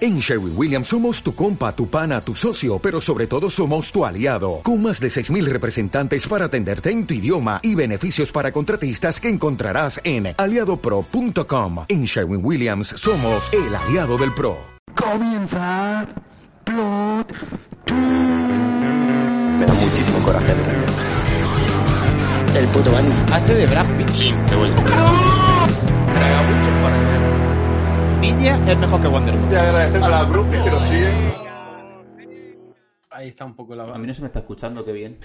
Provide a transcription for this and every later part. En Sherwin Williams somos tu compa, tu pana, tu socio, pero sobre todo somos tu aliado, con más de 6.000 representantes para atenderte en tu idioma y beneficios para contratistas que encontrarás en aliadopro.com. En Sherwin Williams somos el aliado del PRO. Comienza Plot Me da muchísimo coraje. El puto Batman. Hace de Brad Pitt. Niña es mejor que Wonder Woman. Y agradecer a Este la Brooklyn que nos sigue. Ahí está un poco la. A mí no se me está escuchando, qué bien.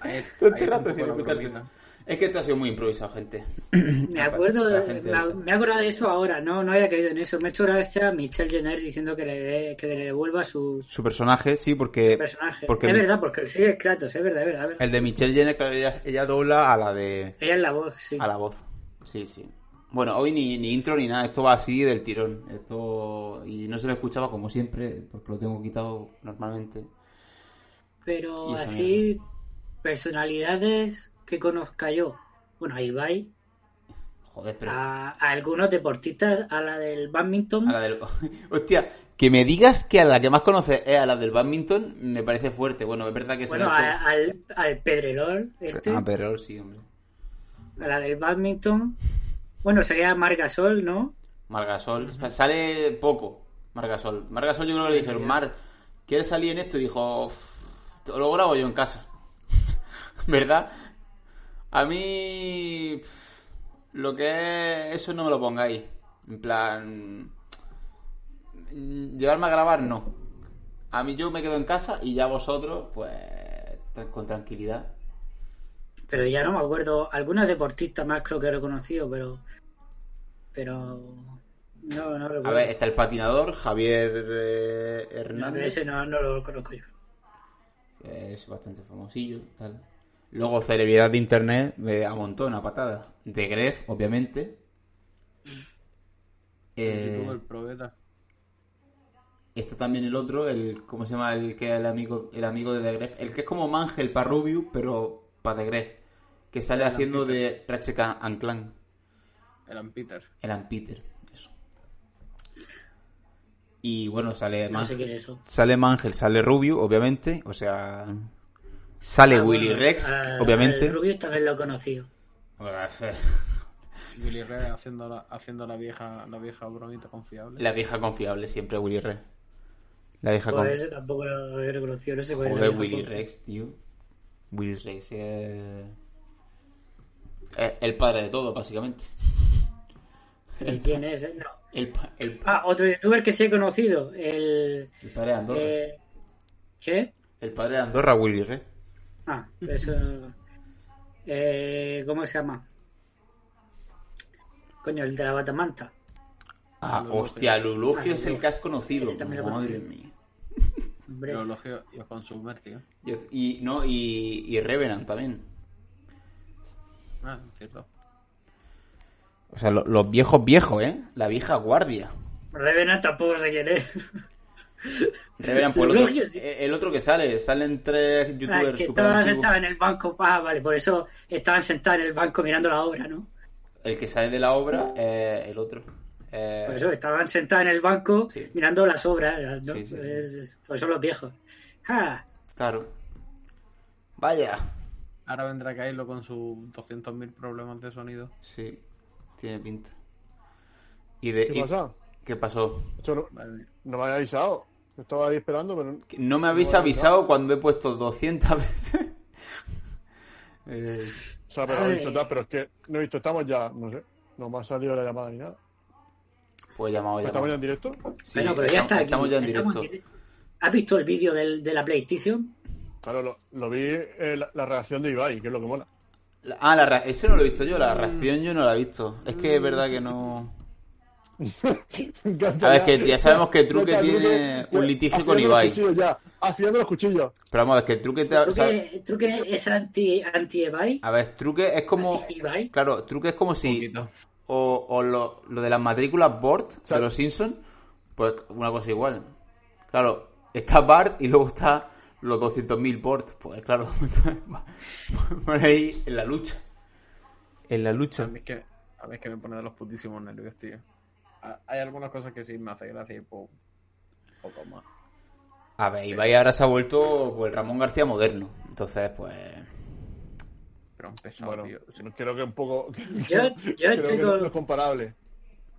ahí- este Todo el ahí está rato un poco sin la escucharse. bromina. Es que esto ha sido muy improvisado, gente. Me acuerdo, Ah, La de- gente me, del chat. me he acordado de eso ahora, no, no había caído en eso. Me ha hecho gracia Michelle Jenner diciendo que le, dé- que le devuelva su Su personaje, sí, porque. personaje. porque es Mich- verdad, porque sí es Kratos, es verdad, es verdad. es verdad. El de Michelle Jenner, claro, ella, ella dobla a la de. Ella es la voz, sí. A la voz. Sí, sí. Bueno, hoy ni, ni intro ni nada, esto va así del tirón. Esto. Y no se lo escuchaba como siempre, porque lo tengo quitado normalmente. Pero Y esa así, personalidades que conozca yo. Bueno, ahí va Joder, pero. a, a algunos deportistas, a la del badminton. A la del... Hostia, que me digas que a la que más conoces es a la del badminton, me parece fuerte. Bueno, es verdad que Bueno, se a- al, al Pedrerol, este, Ah, Pedrerol sí, hombre. a la del badminton. Bueno, sería Margasol, ¿no? Margasol. Sale poco, Margasol. Margasol yo creo que le dijeron, Mar, ¿quieres salir en esto? Y dijo, "Uf, te lo grabo yo en casa. ¿Verdad? A mí... pf, Lo que es... Eso no me lo pongáis. En plan... mm, Llevarme a grabar, no. A mí yo me quedo en casa y ya vosotros, pues... tra- Con tranquilidad. Pero ya no me acuerdo. Algunos deportistas más creo que he reconocido, pero. Pero. No, no recuerdo. A ver, está el patinador, Javier eh, No, Hernández. ese no, no lo conozco yo. que es bastante famosillo y tal. Luego, celebridad de internet de a montón, a patada. De Gref, obviamente. El Eh, YouTube, el probeta. está también el otro, el ¿cómo se llama? El que es el amigo, el amigo de The Gref, el que es como Mangel para Rubius, pero para The Gref, que sale haciendo de Ratchet and Clank, El Ampeter. el Ann Peter, eso. Y bueno, sale No sé Mangel- quién es eso. Sale Mangel, sale Rubio, obviamente, o sea, sale Ah, Willy bueno, Rex, al- obviamente. al Rubius también lo he conocido. Willy Ray haciendo la, haciendo la vieja, la vieja bromita confiable. La vieja confiable, siempre Willy Rex. La vieja Por confiable. eso tampoco lo he reconocido. No sé cuál Joder, era Willy tampoco. Rex, tío. Willy Rex es. es el padre de todo, básicamente. ¿Y quién es? eh? No. El, pa- el, pa- Ah, otro youtuber que sí he conocido. El. el padre de Andorra. eh, ¿Qué? El padre de Andorra, Willy Rex. Ah, eso. eh, ¿Cómo se llama? Coño, el de la batamanta. Ah, Lulugio. hostia, Lulugio es el que has conocido. Ese también lo Madre conocí. mía. Hombre. Yo lo elogio y os consumo, tío. Y, y- no, y, y Revenant también. Ah, es cierto. O sea, lo- los viejos viejos, ¿eh? La vieja guardia. Revenant tampoco sé quién es. Revenant, pues el Lulugio, otro, sí. el otro que sale. Salen tres Ah, es youtubers que super estaban sentados en el banco. Ah, vale, por eso estaban sentados en el banco mirando la obra, ¿no? El que sale de la obra es el otro. Eh, Por eso estaban sentados en el banco Sí. mirando las obras, ¿no? Sí, sí, sí. Es- es- Por eso los viejos. Ah, Claro. Vaya. Ahora vendrá Kylo con sus 200.000 problemas de sonido. Sí, tiene pinta. Y de, ¿Qué y- pasa? ¿Qué pasó? Esto no, Vale. no me había avisado. Estaba ahí esperando, pero Que No me habéis Bueno, avisado cuando he puesto 200 veces. Eh, O sea, pero no he visto Ay. tal, pero es que no he visto, estamos ya, no sé, no me ha salido la llamada ni nada. pues llamado ya. ¿Estamos ya en directo? bueno, pero ya está aquí. Estamos ya en directo. directo. ¿Has visto el vídeo del- de la PlayStation? Claro, lo, lo vi eh, la, la reacción de Ibai, que es lo que mola. La- Ah, la re- ese no lo he visto yo, Mm. la reacción yo no la he visto. Es que es verdad que no. Me encanta A ver, que ya sabemos que Truque Ya está, tiene Truque, un litigio con haciendo los Ibai. cuchillos ya, haciendo los cuchillos. Pero vamos, es que Truque te. Creo o sea, que- creo que es anti, anti Ebay. A ver, Truque es como. Anti Ebay. Claro, Truque es como si Poquito. O, o lo, lo de las matrículas Bort de sea- los Simpsons, pues una cosa igual. Claro, está Bart y luego está los 200.000 Bort. Pues claro, por ahí en la lucha. En la A lucha. mí es que, a mí es que me pone de los putísimos nervios, tío. a- hay algunas cosas que sí me hace gracia y pues, un poco más. A ver, Ibai ahora se ha vuelto pues, el Ramón García moderno. Entonces, pues. Pero un pesado, Bueno, tío. Sí, creo que un poco. Yo- yo creo estoy que no, con- no es comparable.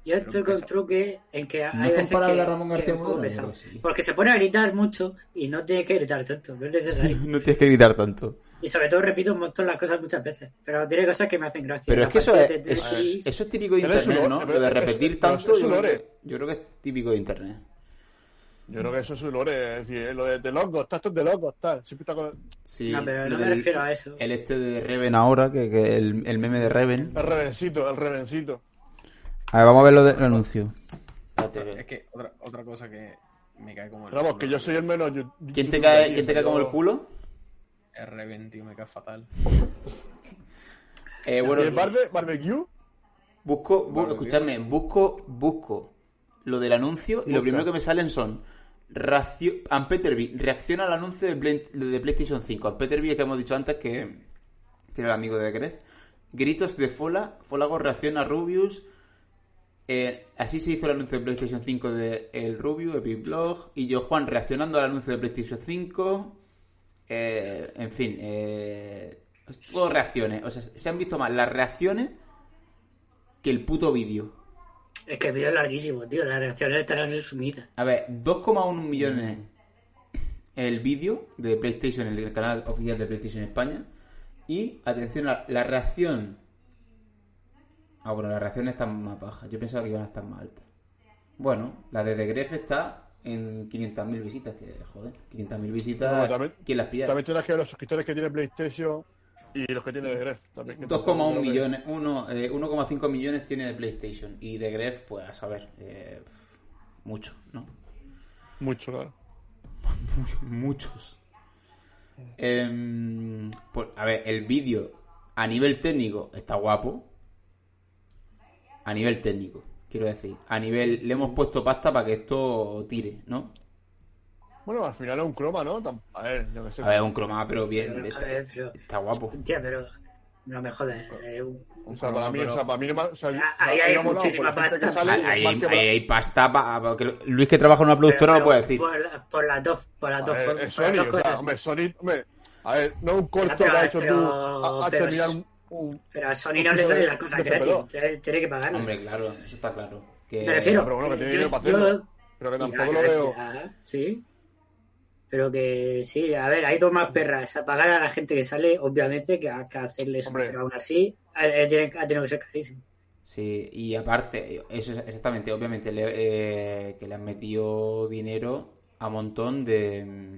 Yo estoy con pesa. truque en que hay es veces comparable que, a Ramón que García es un poco Moderno, pesado. pero sí. Porque se pone a gritar mucho y no tiene que gritar tanto, no es necesario. No tienes que gritar tanto. y sobre todo repito un montón las cosas muchas veces, pero tiene cosas que me hacen gracia. Pero La es que eso es, partida de eso, Tetris, eso es típico de Él es un internet, lore, ¿no? Lo pero de es- es- repetir pero tanto. es un Yo creo, lore. que, yo creo que es típico de internet. Yo creo que eso es su lore. Es decir, eh, lo de, de locos, estás tú de locos, tal. Siempre está con. Sí, No, pero lo no me del- refiero a eso. El este de Reven ahora, que, que el, el meme de Reven. El revencito, el revencito. A ver, vamos a ver lo del anuncio. Es que otra, otra cosa que me cae como el Pero vamos, culo, que yo tío. soy el menos. yo- ¿Quién te yo- cae, yo- quién te cae como el culo? R20, tío, me cae fatal. Eh, Y bueno, el barbe- barbecue, Busco, bu- Vale, escuchadme, busco, busco lo del anuncio y lo primero que me salen son racio- Ann Peterby reacciona al anuncio de, Play- de PlayStation 5. Ann Peterby, que hemos dicho antes que, que era el amigo de Grez. Gritos de Fola, Folago reacciona a Rubius. Eh, así se hizo el anuncio de PlayStation 5 de El Rubius, Epic Blog. Y yo, Juan, reaccionando al anuncio de PlayStation 5. Eh, en fin, eh, todo reacciones. O sea, se han visto más las reacciones que el puto vídeo. Es que el vídeo es larguísimo, tío, las reacciones estarán resumidas. A ver, 2,1 millones el vídeo de PlayStation, el canal oficial de PlayStation España. Y, atención, la, la reacción... Ah, bueno, las reacciones están más bajas. Yo pensaba que iban a estar más altas. Bueno, la de The Gref está en 500.000 visitas, que joder, 500.000 visitas, No, también- ¿quién las pilla? también tienes que ver los suscriptores que tiene PlayStation y los que tiene de Gref. también, que tampoco 2,1 creo que- millones, uno, eh, 1,5 millones tiene de PlayStation y de Gref, pues a saber, eh, mucho, ¿no? Mucho, claro. Muchos. Em, pues, a ver, el vídeo a nivel técnico está guapo. A nivel técnico, quiero decir. A nivel, le hemos puesto pasta para que esto tire, ¿no? Bueno, al final es un croma, ¿no? Tam- A ver, yo qué sé. A ver, un croma, pero bien, Pero, a está, ver, pero, está guapo. hostia, pero no me jodas. eh, un- O sea, para mí, o sea, para mí, no me- o sea, Ahí no hay me ha molado muchísima por la gente que pasta. sale Ah, Ahí y ahí- ahí igual hay, que va- pasta para... Luis que trabaja en una productora pero- lo puede decir. Por, la- por las dos, por las A dos, ver, por- es por las Sony, dos o sea, cosas. hombre, Sony, hombre, a ver, no un corto pero- que ha hecho tú pero- a, a pero- terminar un, un- Pero a Sony un no le piso de- salen las cosas de gratis, FP2. tiene, tiene que pagarlo. Hombre, claro, eso está claro. Que- me refiero. pero bueno, que tiene yo- dinero para yo- hacerlo. pero que tampoco lo Ya, veo. ya, sí. Pero que sí, a ver, hay dos más perras. A pagar a la gente que sale, obviamente, que a, que hacerles un Hombre. pero aún así, ha, ha tiene- ha tenido que ser carísimo. Sí, y aparte, eso es exactamente, obviamente, le- eh, que le han metido dinero a montón de, mm,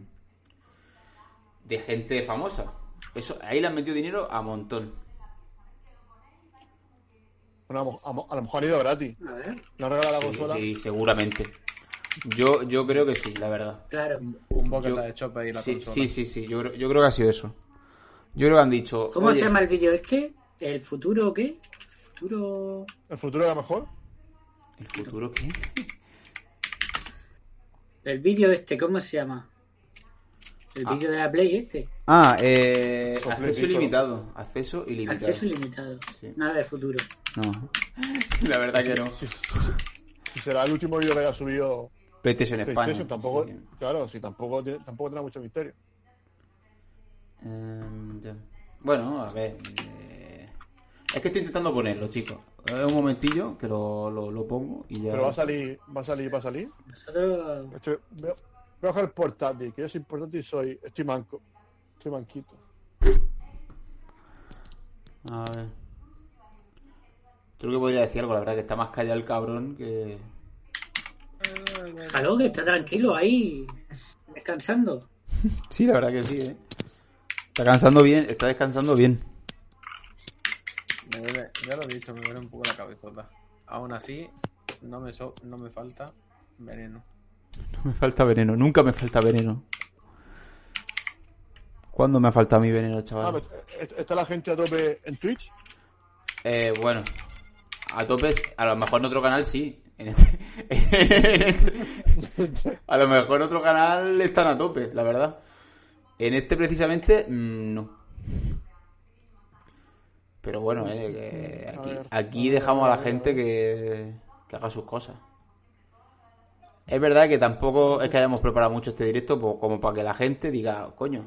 de gente famosa. Eso, ahí le han metido dinero a montón. Bueno, a mo- a, mo- a lo mejor ha ido gratis. A ver, Le ha regalado la Sí, consola. sí, seguramente. Yo, yo creo que sí, la verdad. claro. Un Yo- bocata de chope y la Sí, consola. sí, sí, sí, yo creo, yo creo que ha sido eso. Yo creo que han dicho, ¿Cómo oye, se llama el vídeo? ¿Es que? ¿El futuro qué? ¿Futuro.? El futuro a lo mejor. ¿el futuro qué? El vídeo este, ¿cómo se llama? El Ah. vídeo de la Play este. Ah, eh. Acceso ilimitado, acceso ilimitado. Acceso ilimitado. Sí. Nada de futuro. No. La verdad que no. Si, si- si será el último vídeo que haya subido PlayStation España. PlayStation, tampoco, Sí. claro, si tampoco, tiene- tampoco tendrá mucho misterio. Em, ya. Bueno, a ver. eh, Es que estoy intentando ponerlo, chicos. Eh, un momentillo que lo, lo, lo pongo y ya. Pero va a salir, va a salir, va a salir. Nosotros. Estoy- voy, a, voy a bajar el portátil, que yo soy portátil y soy, estoy manco. Estoy manquito. A ver. Creo que podría decir algo, la verdad, que está más callado el cabrón que. Aló, que está tranquilo ahí. Descansando. Sí, la verdad que sí, eh. Está cansando bien, está descansando bien. Me duele- ya lo he dicho, me duele un poco la cabezota. Aún así, no me, so- no me falta veneno. No me falta veneno, nunca me falta veneno. ¿Cuándo me ha faltado mi veneno, chaval? Ah, pero, eh, ¿Está la gente a tope en Twitch? Eh, bueno, a topes, a lo mejor en otro canal sí. En este- en este- a lo mejor en otro canal están a tope, la verdad. En este precisamente, mm, no. Pero bueno, eh, que A aquí, ver, eh, aquí a ver, dejamos a a la ver, a gente ver. que, que haga sus cosas. Es verdad que tampoco es que hayamos preparado mucho este directo pues, como para que la gente diga, coño.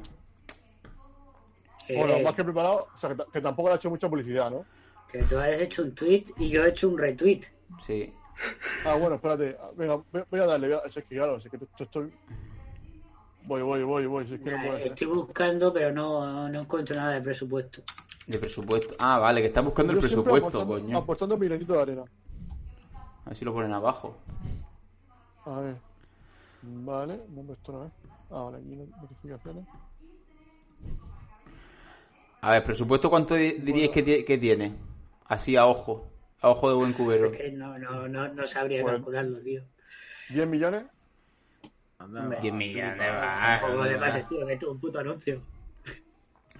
Eh, Bueno, más que preparado, o sea, que, ta- que tampoco le ha hecho mucha publicidad, ¿no? Que tú has hecho un tweet y yo he hecho un retweet. Sí. Ah, bueno, espérate. Ah, Venga, voy- voy a darle. voy a- si es que claro, si es que esto estoy. Voy, voy, voy, voy. Si es que no puedo Nah, hacer. Eh, Estoy buscando, pero no, no encuentro nada de presupuesto. De presupuesto. Ah, vale, que está buscando el Yo siempre presupuesto, aportando- coño. Aportando mi granito de arena. A ver si lo ponen abajo. A ver. Vale, no me esto no es. Ah, vale, aquí no- notificaciones. A ver, presupuesto, ¿cuánto di- diríais que, ti- que tiene? Así a ojo. A ojo de buen cubero. Es que no, no, no, no sabría Bueno. calcularlo, tío. 10 millones. Anda, Hombre, va, 10 tú, millones, va. va. Tampoco le pases, tío, que esto es un puto anuncio.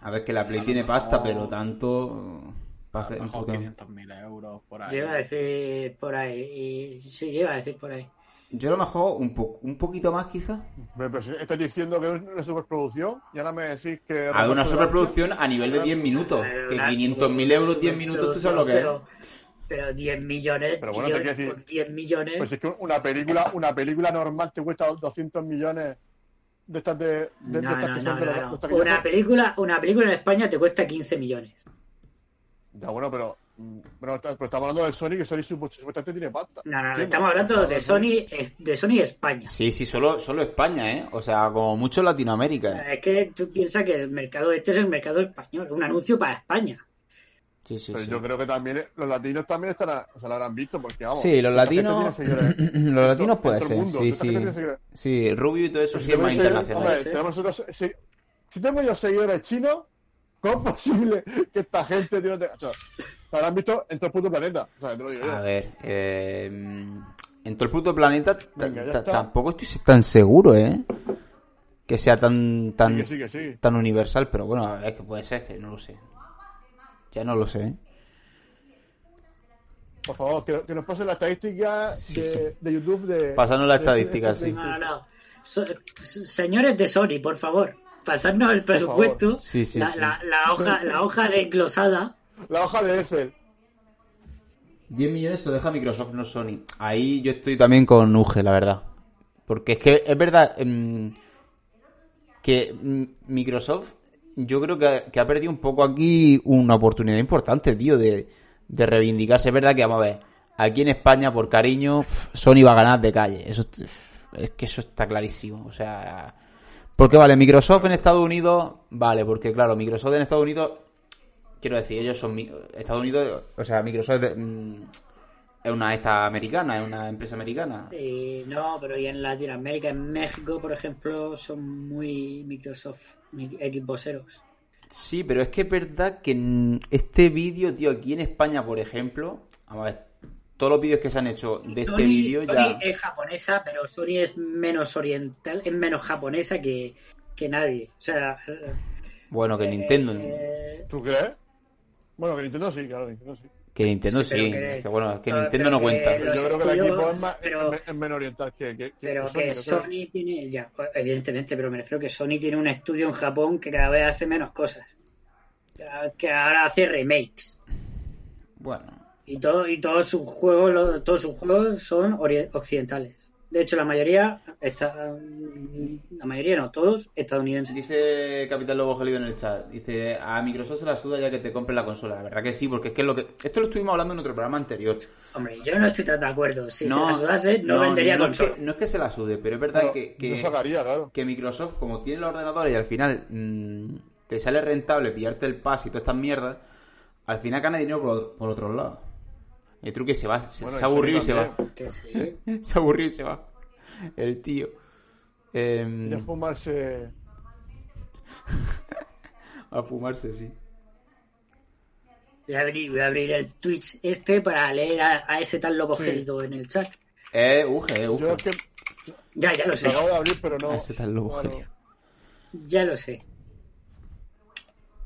A ver, que la Play tiene pasta, pero tanto. A pa' lo hacer un mejor puto- 500.000 euros por ahí. Lleva a decir por ahí. Y, sí, lleva a decir por ahí. Yo a lo mejor un, po- un poquito más, quizás. Pero, pero si estás diciendo que es una superproducción y ahora me decís que. A ver, Ah, una superproducción a nivel de 10 Oh, minutos. Claro, Que una- 500.000 euros, 10 minutos, tú sabes lo que es. pero, Pero 10 millones, Pero bueno, te millones quiero decir- por 10 millones. Pues es que una película, una película normal te cuesta 200 millones de estas de, de- de, no, estas no, que no, son de no, los- no. los taquillazos. Una película, una película en España te cuesta 15 millones. Ya bueno, pero, mm, pero, está- pero estamos hablando de Sony, que Sony supu- supuestamente tiene pasta. No, no, no, ¿Entiendes? estamos hablando de Sony, eh, de Sony España. Sí, sí, solo, solo España, ¿eh? O sea, como mucho Latinoamérica. ¿eh? Es que tú piensas que el mercado este es el mercado español, un anuncio para España. Sí, sí, Pero sí. yo creo que también los latinos también estarán, o sea, lo habrán visto, porque vamos. Sí, los esta gente latinos. tiene seguidores en Los to- latinos en puede todo el ser. mundo. Sí, Esta gente sí. tiene seguidores. Sí, Rubio y todo eso Pero si sí es tengo más seguidores- internacional. hombre, tenemos nosotros- si, si tengo yo seguidores chinos, ¿cómo es posible que esta gente tiene... O sea, lo habrán visto en todo el puto planeta. O sea, te lo digo yo. A ver, eh, en todo el puto planeta t- Venga, ya t- está. tampoco estoy tan seguro, ¿eh? Que sea tan Sí, tan que sí, que sí. tan universal, pero bueno, a ver, es que puede ser, que no lo sé. Ya no lo sé. ¿eh? Por favor, que, que nos pasen la estadística Sí, de, sí. de YouTube de... Pásanos la de- estadística, de- sí. de- No, no, no. So- señores de Sony, por favor, pasadnos el presupuesto, Sí, sí, la, sí. la- la hoja, la hoja desglosada. La hoja de Excel. eh. 10 millones se lo deja Microsoft, no Sony. Ahí yo estoy también con Uge, la verdad. Porque es que es verdad em, que mm, Microsoft yo creo que, que ha perdido un poco aquí una oportunidad importante, tío, de, de reivindicarse. Es verdad que, vamos a ver, aquí en España, por cariño, pf, Sony va a ganar de calle. Eso est- es que eso está clarísimo. O sea, porque vale, Microsoft en Estados Unidos, vale, porque claro, Microsoft en Estados Unidos Quiero decir, ellos son mi- Estados Unidos, o sea, Microsoft de- mm, es una esta americana, es una empresa americana. Y Eh, no, pero y en Latinoamérica, en México, por ejemplo, son muy Microsoft, mi- Xboxeros. Sí, pero es que es verdad que en este vídeo, tío, aquí en España, por ejemplo, vamos a ver, todos los vídeos que se han hecho de este Sony- vídeo Sony eh, ya. es japonesa, pero Sony es menos oriental, es menos japonesa que, que nadie. O sea, Bueno, que Nintendo, eh, ¿Tú crees? Bueno, que Nintendo sí, claro, Nintendo sí. que Nintendo sí, pero que, que- bueno, es que pero- Nintendo no pero que cuenta. Pero Los yo creo que el estudios, equipo es, más, pero- es, es menos oriental que, que, que pero Pues Sony, que yo creo. Sony tiene, ya, evidentemente, pero me refiero que Sony tiene un estudio en Japón que cada vez hace menos cosas. Ya Que ahora hace remakes. Bueno, Y todo, y todos sus juegos, lo- todos sus juegos son ori- occidentales. De hecho, la mayoría, está, mm, la mayoría no, todos estadounidenses. Dice Capitán Lobo Gelido en el chat, dice, a Microsoft se la suda ya que te compre la consola. La verdad que sí, porque es que es lo que... Esto lo estuvimos hablando en otro programa anterior. Hombre, yo no estoy tan de acuerdo. Si se la sudase, no, vendería no es consola. que- no es que se la sude, pero es verdad que, Pero yo que, sacaría, claro. que Microsoft, como tiene los ordenadores y al final mm, te sale rentable pillarte el pass y todas estas mierdas, al final gana dinero por, por otros lados. El truque se va, se, Bueno, se y Sony aburrió y se va. también. Que sí. se aburrió y se va. El tío. Em, Y a fumarse... a fumarse, sí. Voy a abrir, voy a abrir el Twitch este para leer a, a ese tal lobo Sí. Gélito en el chat. Eh, uge, eh, Yo uge. es que Ya, ya lo lo sé, acabo de abrir, pero no... Ah, ese tal lobo claro. genio. ya lo sé.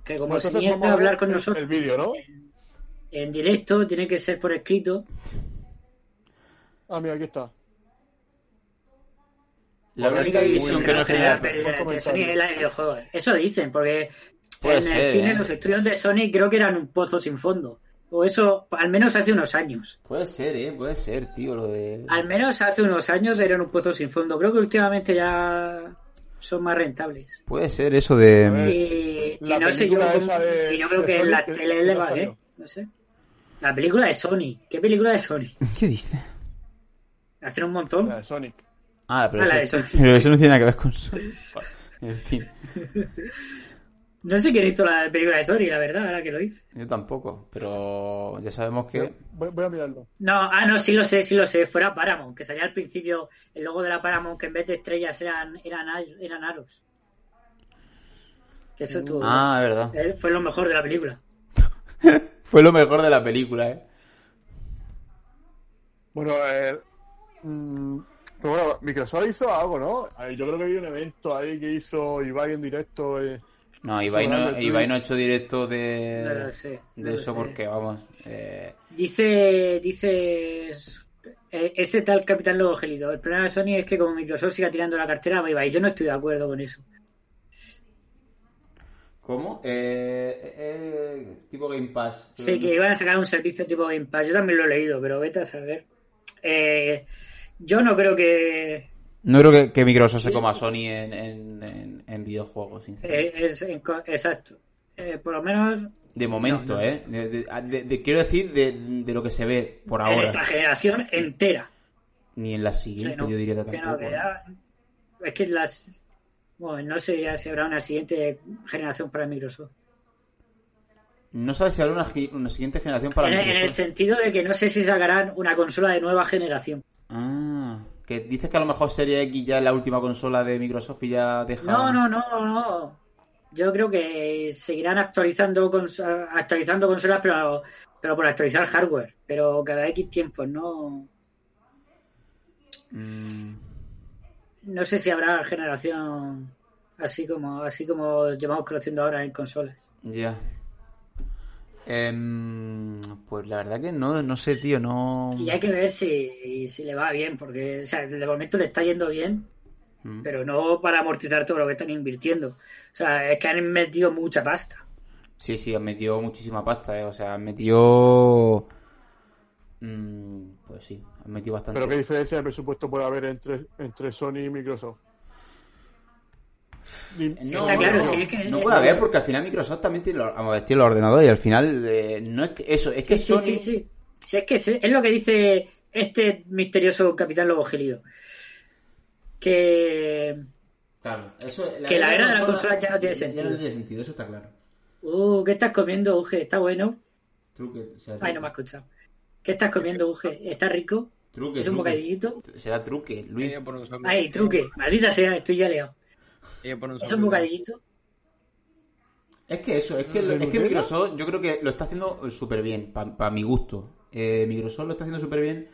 Que como Bueno, se entonces vamos niega a a ver hablar con el- nosotros El vídeo, ¿no? en directo, tiene que ser por escrito. Ah, mira, aquí está. La Bueno, única muy división bien. que no genera... Pero la Buen de Sony es la de videojuegos. Eso dicen, porque Puede en ser, el cine ¿eh? los estudios de Sony creo que eran un pozo sin fondo. O eso, al menos hace unos años. Puede ser, eh, puede ser, tío, lo de. Al menos hace unos años eran un pozo sin fondo. Creo que últimamente ya son más rentables. Puede ser eso de. Y, y Eh, La no sé, yo, película cómo- esa de- y yo creo de que Sony en las que- teles que le no va, ¿eh? salió. No sé. La película de Sony. ¿Qué película de Sony? ¿Qué dice? Hacen un montón. La de Sonic. Ah, pero Ah, la de eso. Sony. Pero eso no tiene nada que ver con eso. En fin, No sé quién hizo la película de Sony, la verdad, ahora que lo hice. yo tampoco, pero ya sabemos que. Voy, voy a mirarlo. No, ah, no, sí lo sé, sí lo sé. Fuera Paramount, que salía al principio el logo de la Paramount, que en vez de estrellas eran, eran, ar- eran aros. Que eso estuvo Ah, es verdad. bien. Eh, Fue lo mejor de la película. Fue lo mejor de la película, eh. Bueno, eh, mm, pero bueno, Microsoft hizo algo, ¿no? Ahí Yo creo que había un evento ahí que hizo Ibai en directo. eh. No, Ibai no, Sobrando, tío. Ibai no ha hecho directo No lo de, sé. no Eh, de lo eso sé. porque, vamos. eh, Dice, dices, eh, ese tal capitán lobo gélido. El problema de Sony es que como Microsoft siga tirando la cartera, bye bye. Yo no estoy de acuerdo con eso. ¿Cómo? Eh, eh, eh, tipo Game Pass. Sí, que iban a sacar un servicio tipo Game Pass. Yo también lo he leído, pero vete a saber. Eh, yo no creo que No creo que, que No Microsoft sé se cómo coma. a Sony en, en, en- en videojuegos, eh, sinceramente. es en co- exacto. Eh, por lo menos de momento, no, no. ¿eh? De- de- de- de- quiero decir de, de lo que se ve por en ahora. esta generación entera. Ni en la Que siguiente, no, yo diría que que no, tampoco. que ¿eh? ya- es que las. Bueno, no sé ya si habrá una siguiente generación para Microsoft. No sabes si habrá una, gi- una siguiente generación para en, en el Microsoft. sentido de que no sé si sacarán una consola de nueva generación. Ah, que dices que a lo mejor Serie X ya es la última consola de Microsoft y ya deja... No, no, no, no. Yo creo que seguirán actualizando cons- actualizando consolas, pero, pero por actualizar hardware. Pero cada X tiempo, no. Mm, No sé si habrá generación así como así como llevamos conociendo ahora en consolas. ya. Em, pues la verdad que no, no sé, tío, no... Y hay que ver si, si le va bien, porque o sea, de momento le está yendo bien, Mm. pero no para amortizar todo lo que están invirtiendo. O sea, es que han metido mucha pasta. Sí, sí, han metido muchísima pasta, ¿eh? O sea, han metido... Mm, pues sí, han metido bastante. Pero qué diferencia de presupuesto puede haber entre, entre Sony y Microsoft. Ni- No, Está claro, no, sí, es que- no es- puede haber porque al final Microsoft también tiene los, vamos a ver, tiene los ordenadores y al final eh, no es que eso, es que Sí, Sony... sí, sí, sí. Si es que es, es lo que dice este misterioso capitán lobo gélido. Que. Claro, eso, Que la era de la consola ya no tiene sentido. sentido, eso está claro. Uh, ¿qué estás comiendo, Uge? ¿Está bueno? Truque, o sea, Ay, no me ha escuchado. ¿qué estás comiendo, Uge? ¿Está rico? truque, ¿Es un bocadillito? Será truque, Luis. Eh, por un saco. Ay, truque. Maldita sea, estoy ya liado. Ella por un ¿Es saco. un bocadillito? Es que eso, es que, ¿De es que Nutella? Microsoft yo creo que lo está haciendo súper bien, para mi gusto. Eh, Microsoft lo está haciendo súper bien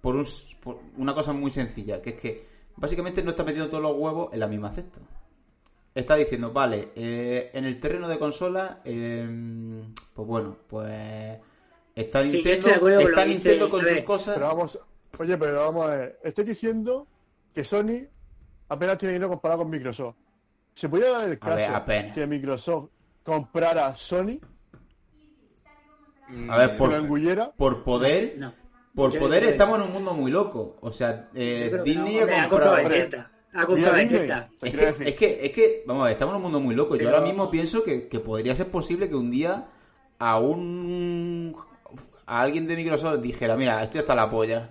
por, un s- por una cosa muy sencilla, que es que básicamente no está metiendo todos los huevos en la misma cesta. Está diciendo, vale, eh, en el terreno de consola, eh, pues bueno, pues está Sí, yo Nintendo, estoy de acuerdo con está lo que Nintendo dice con sus Albert. cosas. Pero vamos, oye, pero vamos a ver. Estoy diciendo que Sony apenas tiene dinero comparado con Microsoft. ¿Se podría dar el A ver, caso apenas. que Microsoft comprara Sony, A ver, que por- lo engullera? Por poder, No. por Yo poder creo que- estamos en un mundo muy loco. O sea, eh, Yo creo que Disney no. Hombre, ha ha comprado comprado... hombre. Bethesda. Ha Mira, comprado dime, Bethesda. te Es quiero que, decir. es, que, es que, vamos a ver, estamos en un mundo muy loco. Yo Pero- ahora mismo pienso que, que podría ser posible que un día a un. a alguien de Microsoft dijera: Mira, estoy hasta la polla.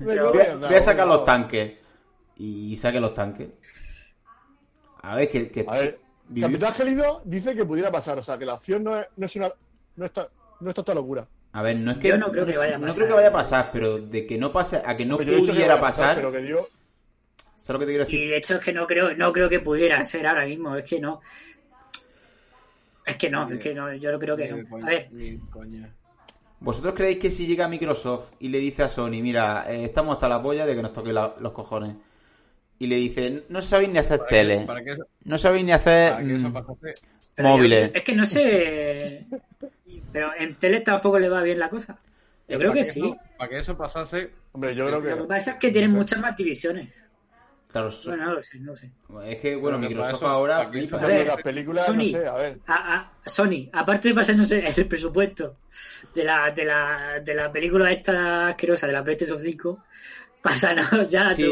Me Pero- voy Voy a, voy a sacar no. los tanques. Y saque los tanques. A ver, que. que- A ver, vivi- Capitán Gélido dice que pudiera pasar, o sea, que la opción no es, no es una. No está, no es tanta locura. a ver, no es que. Yo no creo que vaya a no pasar. creo que vaya a pasar, pero de que no pase. a que no Pero yo he dicho que pudiera va a pasar. Pero que digo, ¿Sabes lo que te quiero decir? Y de hecho es que no creo, no creo que pudiera ser ahora mismo, es que no. Es que no, es que no, yo creo que Eh, no. A ver, ¿Vosotros creéis que si llega Microsoft y le dice a Sony, mira, eh, estamos hasta la polla de que nos toque la- los cojones? Y le dice, no sabéis ni hacer tele, Para que eso, no sabéis ni hacer para que eso mm, pasase. pero móviles. yo- es que no sé. Pero en tele tampoco le va bien la cosa. Yo creo para que sí. eso- para que eso pasase, hombre, yo Lo que creo que. pasa es que tienen muchas más divisiones. Claro, su- Bueno, no lo sé, no lo sé. es que, bueno, Pero que para Microsoft eso- ahora para que flipa. Pero ver, las películas, no Sony. sé, a ver. A, a- Sony, aparte de pasándose el presupuesto de la, de la, de la película esta asquerosa de la PlayStation 5, pásanos ya Sí.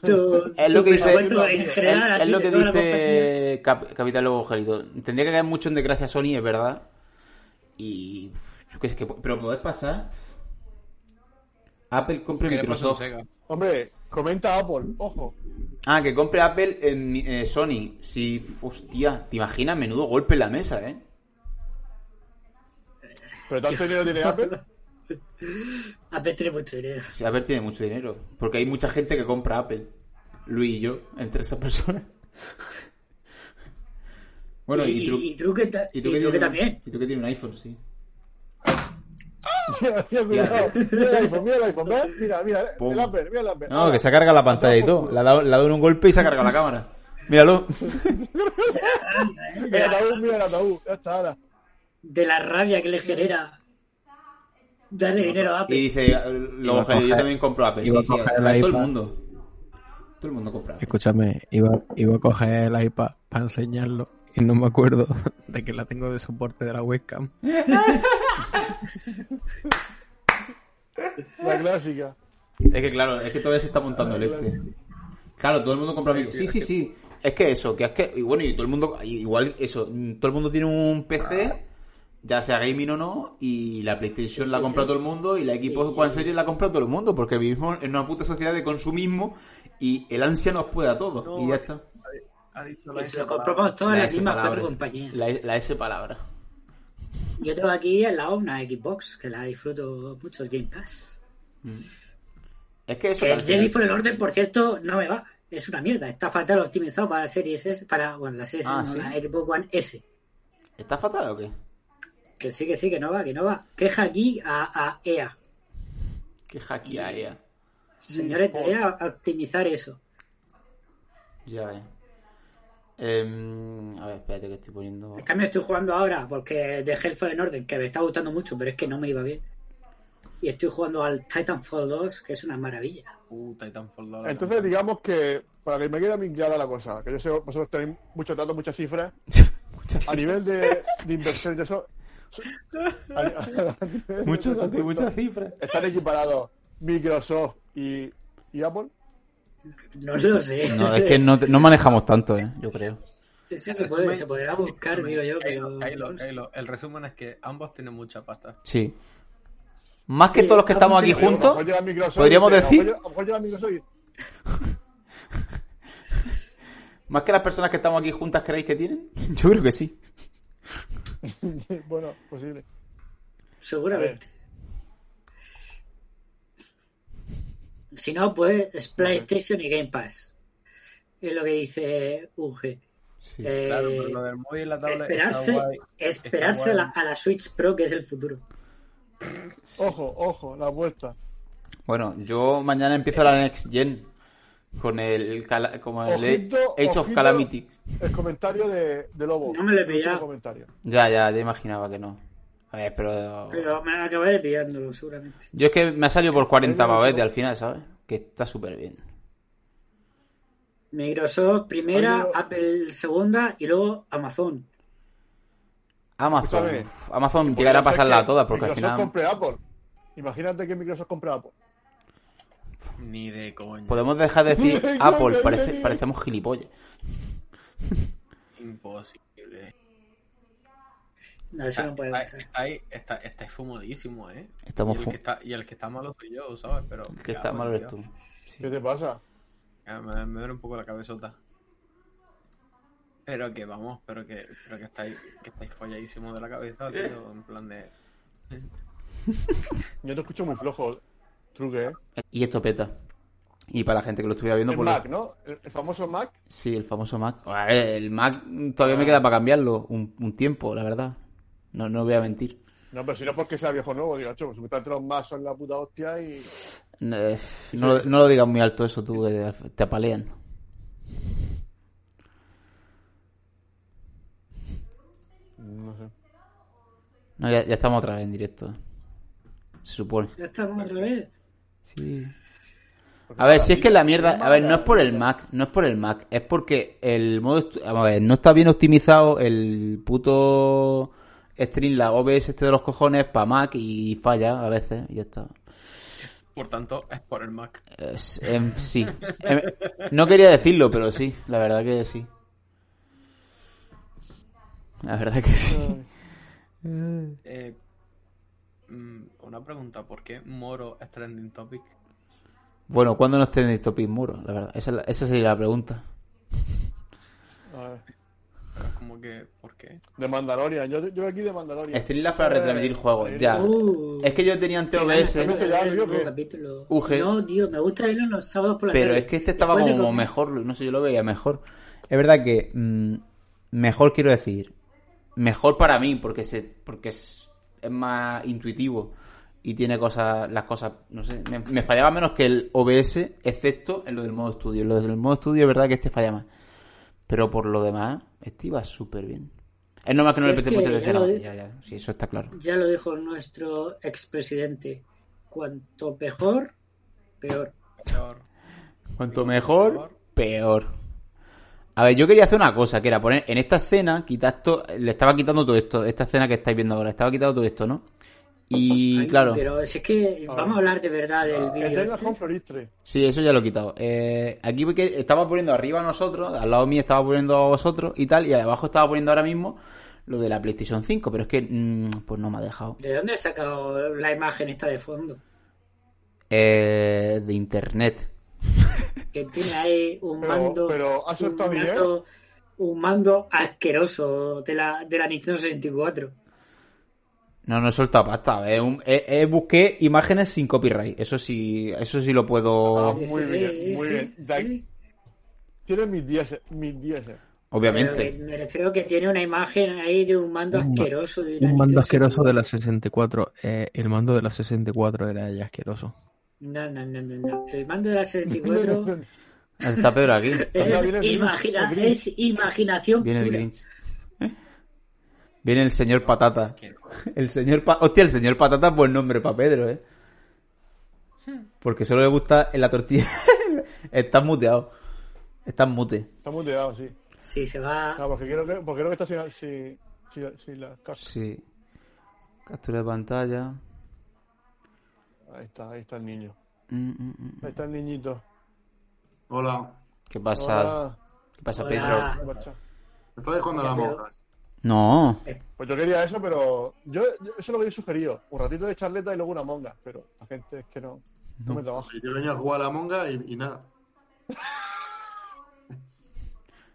tu, tu- Es lo tu que dice, presupuesto en es- general, es así lo de que toda la compañía. dice Cap- Capitán Lobo Angelito. Tendría que caer mucho en desgracia Sony, es verdad. Y. uf, Yo qué sé, que, pero podés pasar. Apple compre ¿Qué le pasa a Microsoft. Sega? Hombre, comenta Apple, ojo. Ah, que compre Apple en mi- eh, Sony. Si, hostia, te imaginas, menudo golpe en la mesa, ¿eh? ¿Pero tanto dinero tiene Apple? Apple tiene mucho dinero. Sí, Apple tiene mucho dinero. Porque hay mucha gente que compra Apple. Luis y yo, entre esas personas. bueno, y, y, Tru- y Truque ta- y tú y que Truque tienes- también. Y tú que tienes un iPhone, sí. Mira, mira, cuidado. Mira el iPhone, mira el iPhone, ¿ves? Mira, mira, Pum. el Apple, mira el Apple. No, que se ha cargado la pantalla y pues, todo. Le ha dado, le ha dado un golpe y se ha cargado la la cámara. cámara. Míralo. El ataúd, mira el ataúd, ya está, ahora. De la rabia que le genera darle dinero a Y Apple. dice, Iba lo a cogeré, yo coger- también compro Apple. iba Sí, a sí, coger el todo el iPad. mundo. Todo el mundo compra Apple. Escúchame, iba, iba a coger el iPad para enseñarlo y no me acuerdo de que la tengo de soporte de la webcam. La clásica. Es que claro, es que todavía se está montando el este. Claro, todo el mundo compra Microsoft. Sí, sí, sí. Es que eso, que es que, y bueno, y todo el mundo, y igual eso, mm, todo el mundo tiene un PC, ya sea gaming o no, y la PlayStation la compra todo el mundo, y la Xbox One Series la compra todo el mundo, porque vivimos en una puta sociedad de consumismo y el ansia nos puede a todos, y ya está. Ha dicho Y se lo compramos todas La las S mismas cuatro palabra. compañías. La, la S palabra. Yo tengo aquí en la una Xbox, que la disfruto mucho, el Game Pass. Es que eso... Que al el final- Jedi por el orden, Eh, por cierto, no me va. Es una mierda. Está fatal optimizado para series S, para, bueno, la series S, Ah, no, ¿sí? la Xbox One S. ¿Está fatal o qué? Que sí, que sí, que no va, que no va. Queja aquí a, a EA. Qué hackeada, ya. Señores, debería optimizar eso. Ya ves. Em, a ver, espérate que estoy poniendo... En cambio, estoy jugando ahora porque dejé el Fallen Order, que me está gustando mucho, pero es que no me iba bien. Y estoy jugando al Titanfall 2, que es una maravilla. Uh, Titanfall 2. Entonces, digamos que, para que me quede a mí clara la cosa, que yo sé, vosotros tenéis muchos datos, muchas cifras, a nivel de, de inversión y de eso, a- a- a nivel de Muchos, presupuesto, muchas cifras. están equiparados Microsoft y, y Apple. No lo sé. No, es que no, te- no manejamos tanto, eh, yo creo. Eso se, puede- se podrá buscar, digo yo, pero. Kylo, Kylo, el resumen es que ambos tienen mucha pasta. Sí. Más que Sí, todos los que estamos aquí vamos a A lo juntos, mejor llega Microsoft y podríamos dice, a lo mejor decir- llega- A lo mejor llega Microsoft y más que las personas que estamos aquí juntas creéis que tienen. Yo creo que sí. Bueno, posible. Seguramente. Si no, pues es PlayStation y Game Pass. Es lo que dice UG. Sí, Eh, Claro, pero lo del móvil y la tablet esperarse está guay. esperarse está a, guay. la, a la Switch Pro, que es el futuro. Ojo, ojo, la apuesta. Bueno, yo mañana empiezo la Next Gen. Con el, cala- como el Ojito, Age of ojito. Calamity. El comentario de, de Lobo. No me lo he El último pillado. comentario. Ya, ya, ya imaginaba que no. A ver, pero... Pero me acabaré pillándolo, seguramente. Yo es que me ha salido por 40 pavete al final, ¿sabes? Que está súper bien. Microsoft primera, Oye, yo- Apple segunda y luego Amazon. Amazon. Escúchame. uf, Amazon llegará a pasarla a todas porque al Microsoft final... compre Apple. Imagínate que Microsoft compre Apple. Ni de coño. Podemos dejar de decir Venga, Apple, venga, parece- venga. parecemos gilipollas. Imposible. No, eso no puede Ahí- pasar. ahí está, está esfumadísimo, ¿eh? Estamos y, el fu- que está, y el que está malo soy yo, ¿sabes? Pero. Que está ya, mal bueno, eres tú. ya. ¿Qué te pasa? Ya, Me, me duele un poco la cabezota. Pero que vamos, pero que, pero que estáis, que estáis folladísimos de la cabeza, tío. En plan de. Yo te escucho muy flojo, Truque, ¿eh? Y esto peta. Y para la gente que lo estuviera viendo, El por Mac, ¿no? El, el famoso Mac. Sí, el famoso Mac. A ver, El Mac todavía me queda para cambiarlo un, un tiempo, la verdad. No, no voy a mentir. No, pero si no porque sea viejo nuevo, digo, chicos, supuestamente los Mac son la puta hostia y. No, eh, no, no lo digas muy alto eso, tú, que te- te apalean. No sé. No, ya, ya estamos otra vez en directo. Se eh. supone. Ya estamos otra vez. Sí. A ver, si es que la mierda. A ver, no es por el Mac, no es por el Mac, es porque el modo. estu- Vamos a ver, no está bien optimizado el puto stream, la OBS este de los cojones para Mac y falla a veces, y ya está. Por tanto, es por el Mac. Es- em, sí. Em, no quería decirlo, pero sí, la verdad que sí. La verdad que sí. Eh, mm, una pregunta, ¿por qué Moro es trending topic? Bueno, ¿cuándo nos tenéis Topic Muro? La verdad, esa, es la- esa sería la pregunta. A ver, Pero es como que, ¿por qué? De Mandalorian, yo, yo aquí de Mandalorian. Streamlabs para Eh, retransmitir juegos, eh, ya. Uh, Es que yo tenía ante qué OBS, ganas de ver Ya, el yo nuevo que- capítulo. UG. No, tío, me gusta verlo los sábados por la pero tarde. es que este estaba Después de como comer. mejor, no sé, yo lo veía mejor. Es verdad que mm, mejor quiero decir. Mejor para mí, porque se, porque es, es más intuitivo y tiene cosas, las cosas, no sé, me, me fallaba menos que el OBS, excepto en lo del modo estudio. En lo del modo estudio es verdad que este falla más. Pero por lo demás, este iba súper bien. Es normal que no Sí, le preste es mucha que atención. ya lo ahora, di- Ya, ya, sí, eso está claro. Ya lo dijo nuestro expresidente. Cuanto mejor, peor. Peor. Cuanto mejor, peor. A ver, yo quería hacer una cosa, que era poner en esta escena, quitar to- le estaba quitando todo esto, esta escena que estáis viendo ahora, estaba quitando todo esto, ¿no? Y Ay, claro, Pero si es que Ah. vamos a hablar de verdad del vídeo. Eternal Home History. sí, eso ya lo he quitado. Eh, aquí ve que estaba poniendo arriba a nosotros, al lado mío estaba poniendo a vosotros y tal, y abajo estaba poniendo ahora mismo lo de la PlayStation 5, pero es que, mm, pues no me ha dejado. ¿De dónde has sacado la imagen esta de fondo? Eh, de internet. Que tiene ahí un Pero- mando. pero, ¿has un, estado bien? mando un mando asqueroso de la, de la Nintendo 64. No, no he soltado pasta. eh, un- eh, eh, busqué imágenes sin copyright. Eso sí, eso sí lo puedo. Ah, muy bien, muy bien. Da- Tiene mis 10, mis 10. Obviamente. Pero que me refiero que tiene una imagen ahí de un mando Un ma- asqueroso. De una Un mando Nintendo asqueroso de la 64. 64. eh, el mando de la 64 era ya asqueroso. No, no, no, no, no. El mando de la 64 Está Pedro aquí. Ahora viene es, el Grinch, el imagina- Grinch. es imaginación Viene el pura. Grinch. Viene el señor Patata. ¿Quién? El señor Pa- Hostia, el señor Patata es buen nombre para Pedro, ¿eh? Porque solo le gusta en la tortilla. Estás muteado. Estás mute. Está muteado, sí. Sí, se va. No, porque creo que, porque creo que está sin, sin, sin, sin la casca. Sí. Captura de pantalla. Ahí está, ahí está el niño. Mm, mm, mm. Ahí está el niñito. Hola. ¿Qué pasa? Hola. ¿Qué pasa, Hola. Pedro? ¿Qué pasa? ¿Estáis jugando a las monjas? No. Pues yo quería eso, pero yo, yo- eso es lo que yo he sugerido. Un ratito de charleta y luego una monga. Pero la gente es que no, no me trabaja. Yo venía a jugar a la monga y, y nada.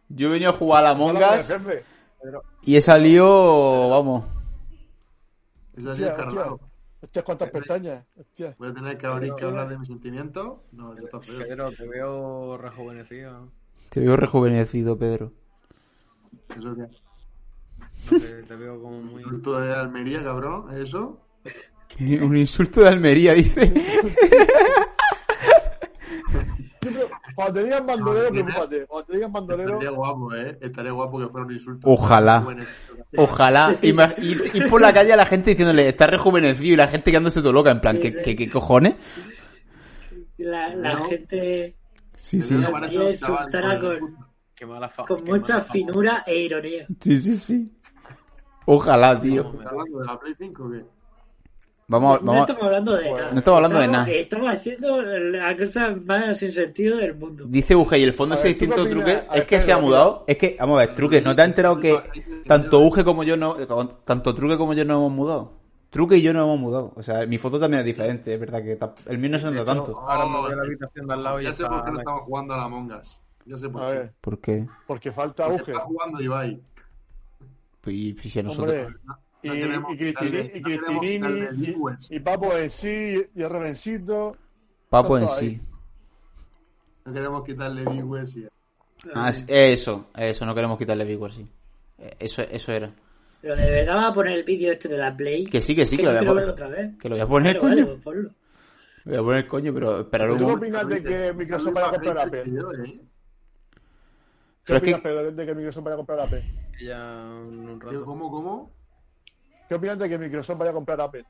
Yo he venido a jugar a la Mongas Hola, jefe. y he salido. Vamos. Es así Hostia, encarnado. hostia. Hostia, cuántas pestañas. Hostia. Voy a tener que abrir que hablar de mis sentimientos. No, yo está feo. Pedro, te veo rejuvenecido. Te veo rejuvenecido, Pedro. Eso que. No sé, te veo como muy. Fruto de Almería, cabrón. Eso. Un insulto de Almería, dice. Siempre, cuando te digan bandolero, preocúpate. Cuando te digan bandolero, Estaría guapo, eh. Estaría guapo que fuera un insulto. Ojalá. Bueno, Ojalá. Ima- Y, y por la calle a la gente diciéndole, está rejuvenecido y la gente quedándose todo loca, en plan, ¿qué, qué- qué cojones? La, la No. gente Sí, te sí. veo que parece Quiere un chaval, insultar a hijo de con- puta. Qué mala fa- con Oh, qué mala mucha fama. finura e ironía. Sí, sí, sí. Ojalá, tío. ¿Estás hablando de la Play 5 o qué? Vamos, No vamos. estamos hablando de nada. No estamos hablando de nada. Estamos haciendo la cosa más sin sentido del mundo. Dice Uge, y el fondo A ese ver, ¿tú qué distinto opinas? truque A ver, es que se Pedro, ha mudado. Es que, vamos a ver, truque, ¿no te has enterado que tanto Uge como yo no, tanto truque como yo no hemos mudado? Truque y yo no hemos mudado. O sea, mi foto también es diferente, es verdad que ta- el mío no se nota tanto. Ahora me voy a la Oh, habitación de al lado y ya sé por qué no está- estamos jugando a la mongas. Ya sé por a qué. ver, ¿Por qué? porque falta Porque auge. Está jugando Ibai. Pues, y si a nosotros. Hombre, y, No queremos y Cristini- quitarle- y no queremos Cristinini, quitarle viewers. y, y Papo en sí, y el Revencito. Papo en está ahí. sí. No queremos quitarle viewers y Ah, sí, eso, eso, no queremos quitarle Bigware, sí. Eh, Eso, eso era. Pero de verdad va a poner el vídeo este de la Play. Que sí, que sí, que yo lo voy a quiero poner. verlo otra vez. Que lo voy a poner, Pero vale, eh, coño. pues ponlo. Voy a poner coño, pero esperar un ¿Tú qué momento. opinas de que Microsoft vaya a comprar Apple? ¿Qué ¿eh? Pero es opinas, que- Pedro, de que Microsoft vaya a comprar Apple? ya en un rato. Tío, ¿Cómo, cómo? ¿Qué opinas de que Microsoft vaya a comprar Apple?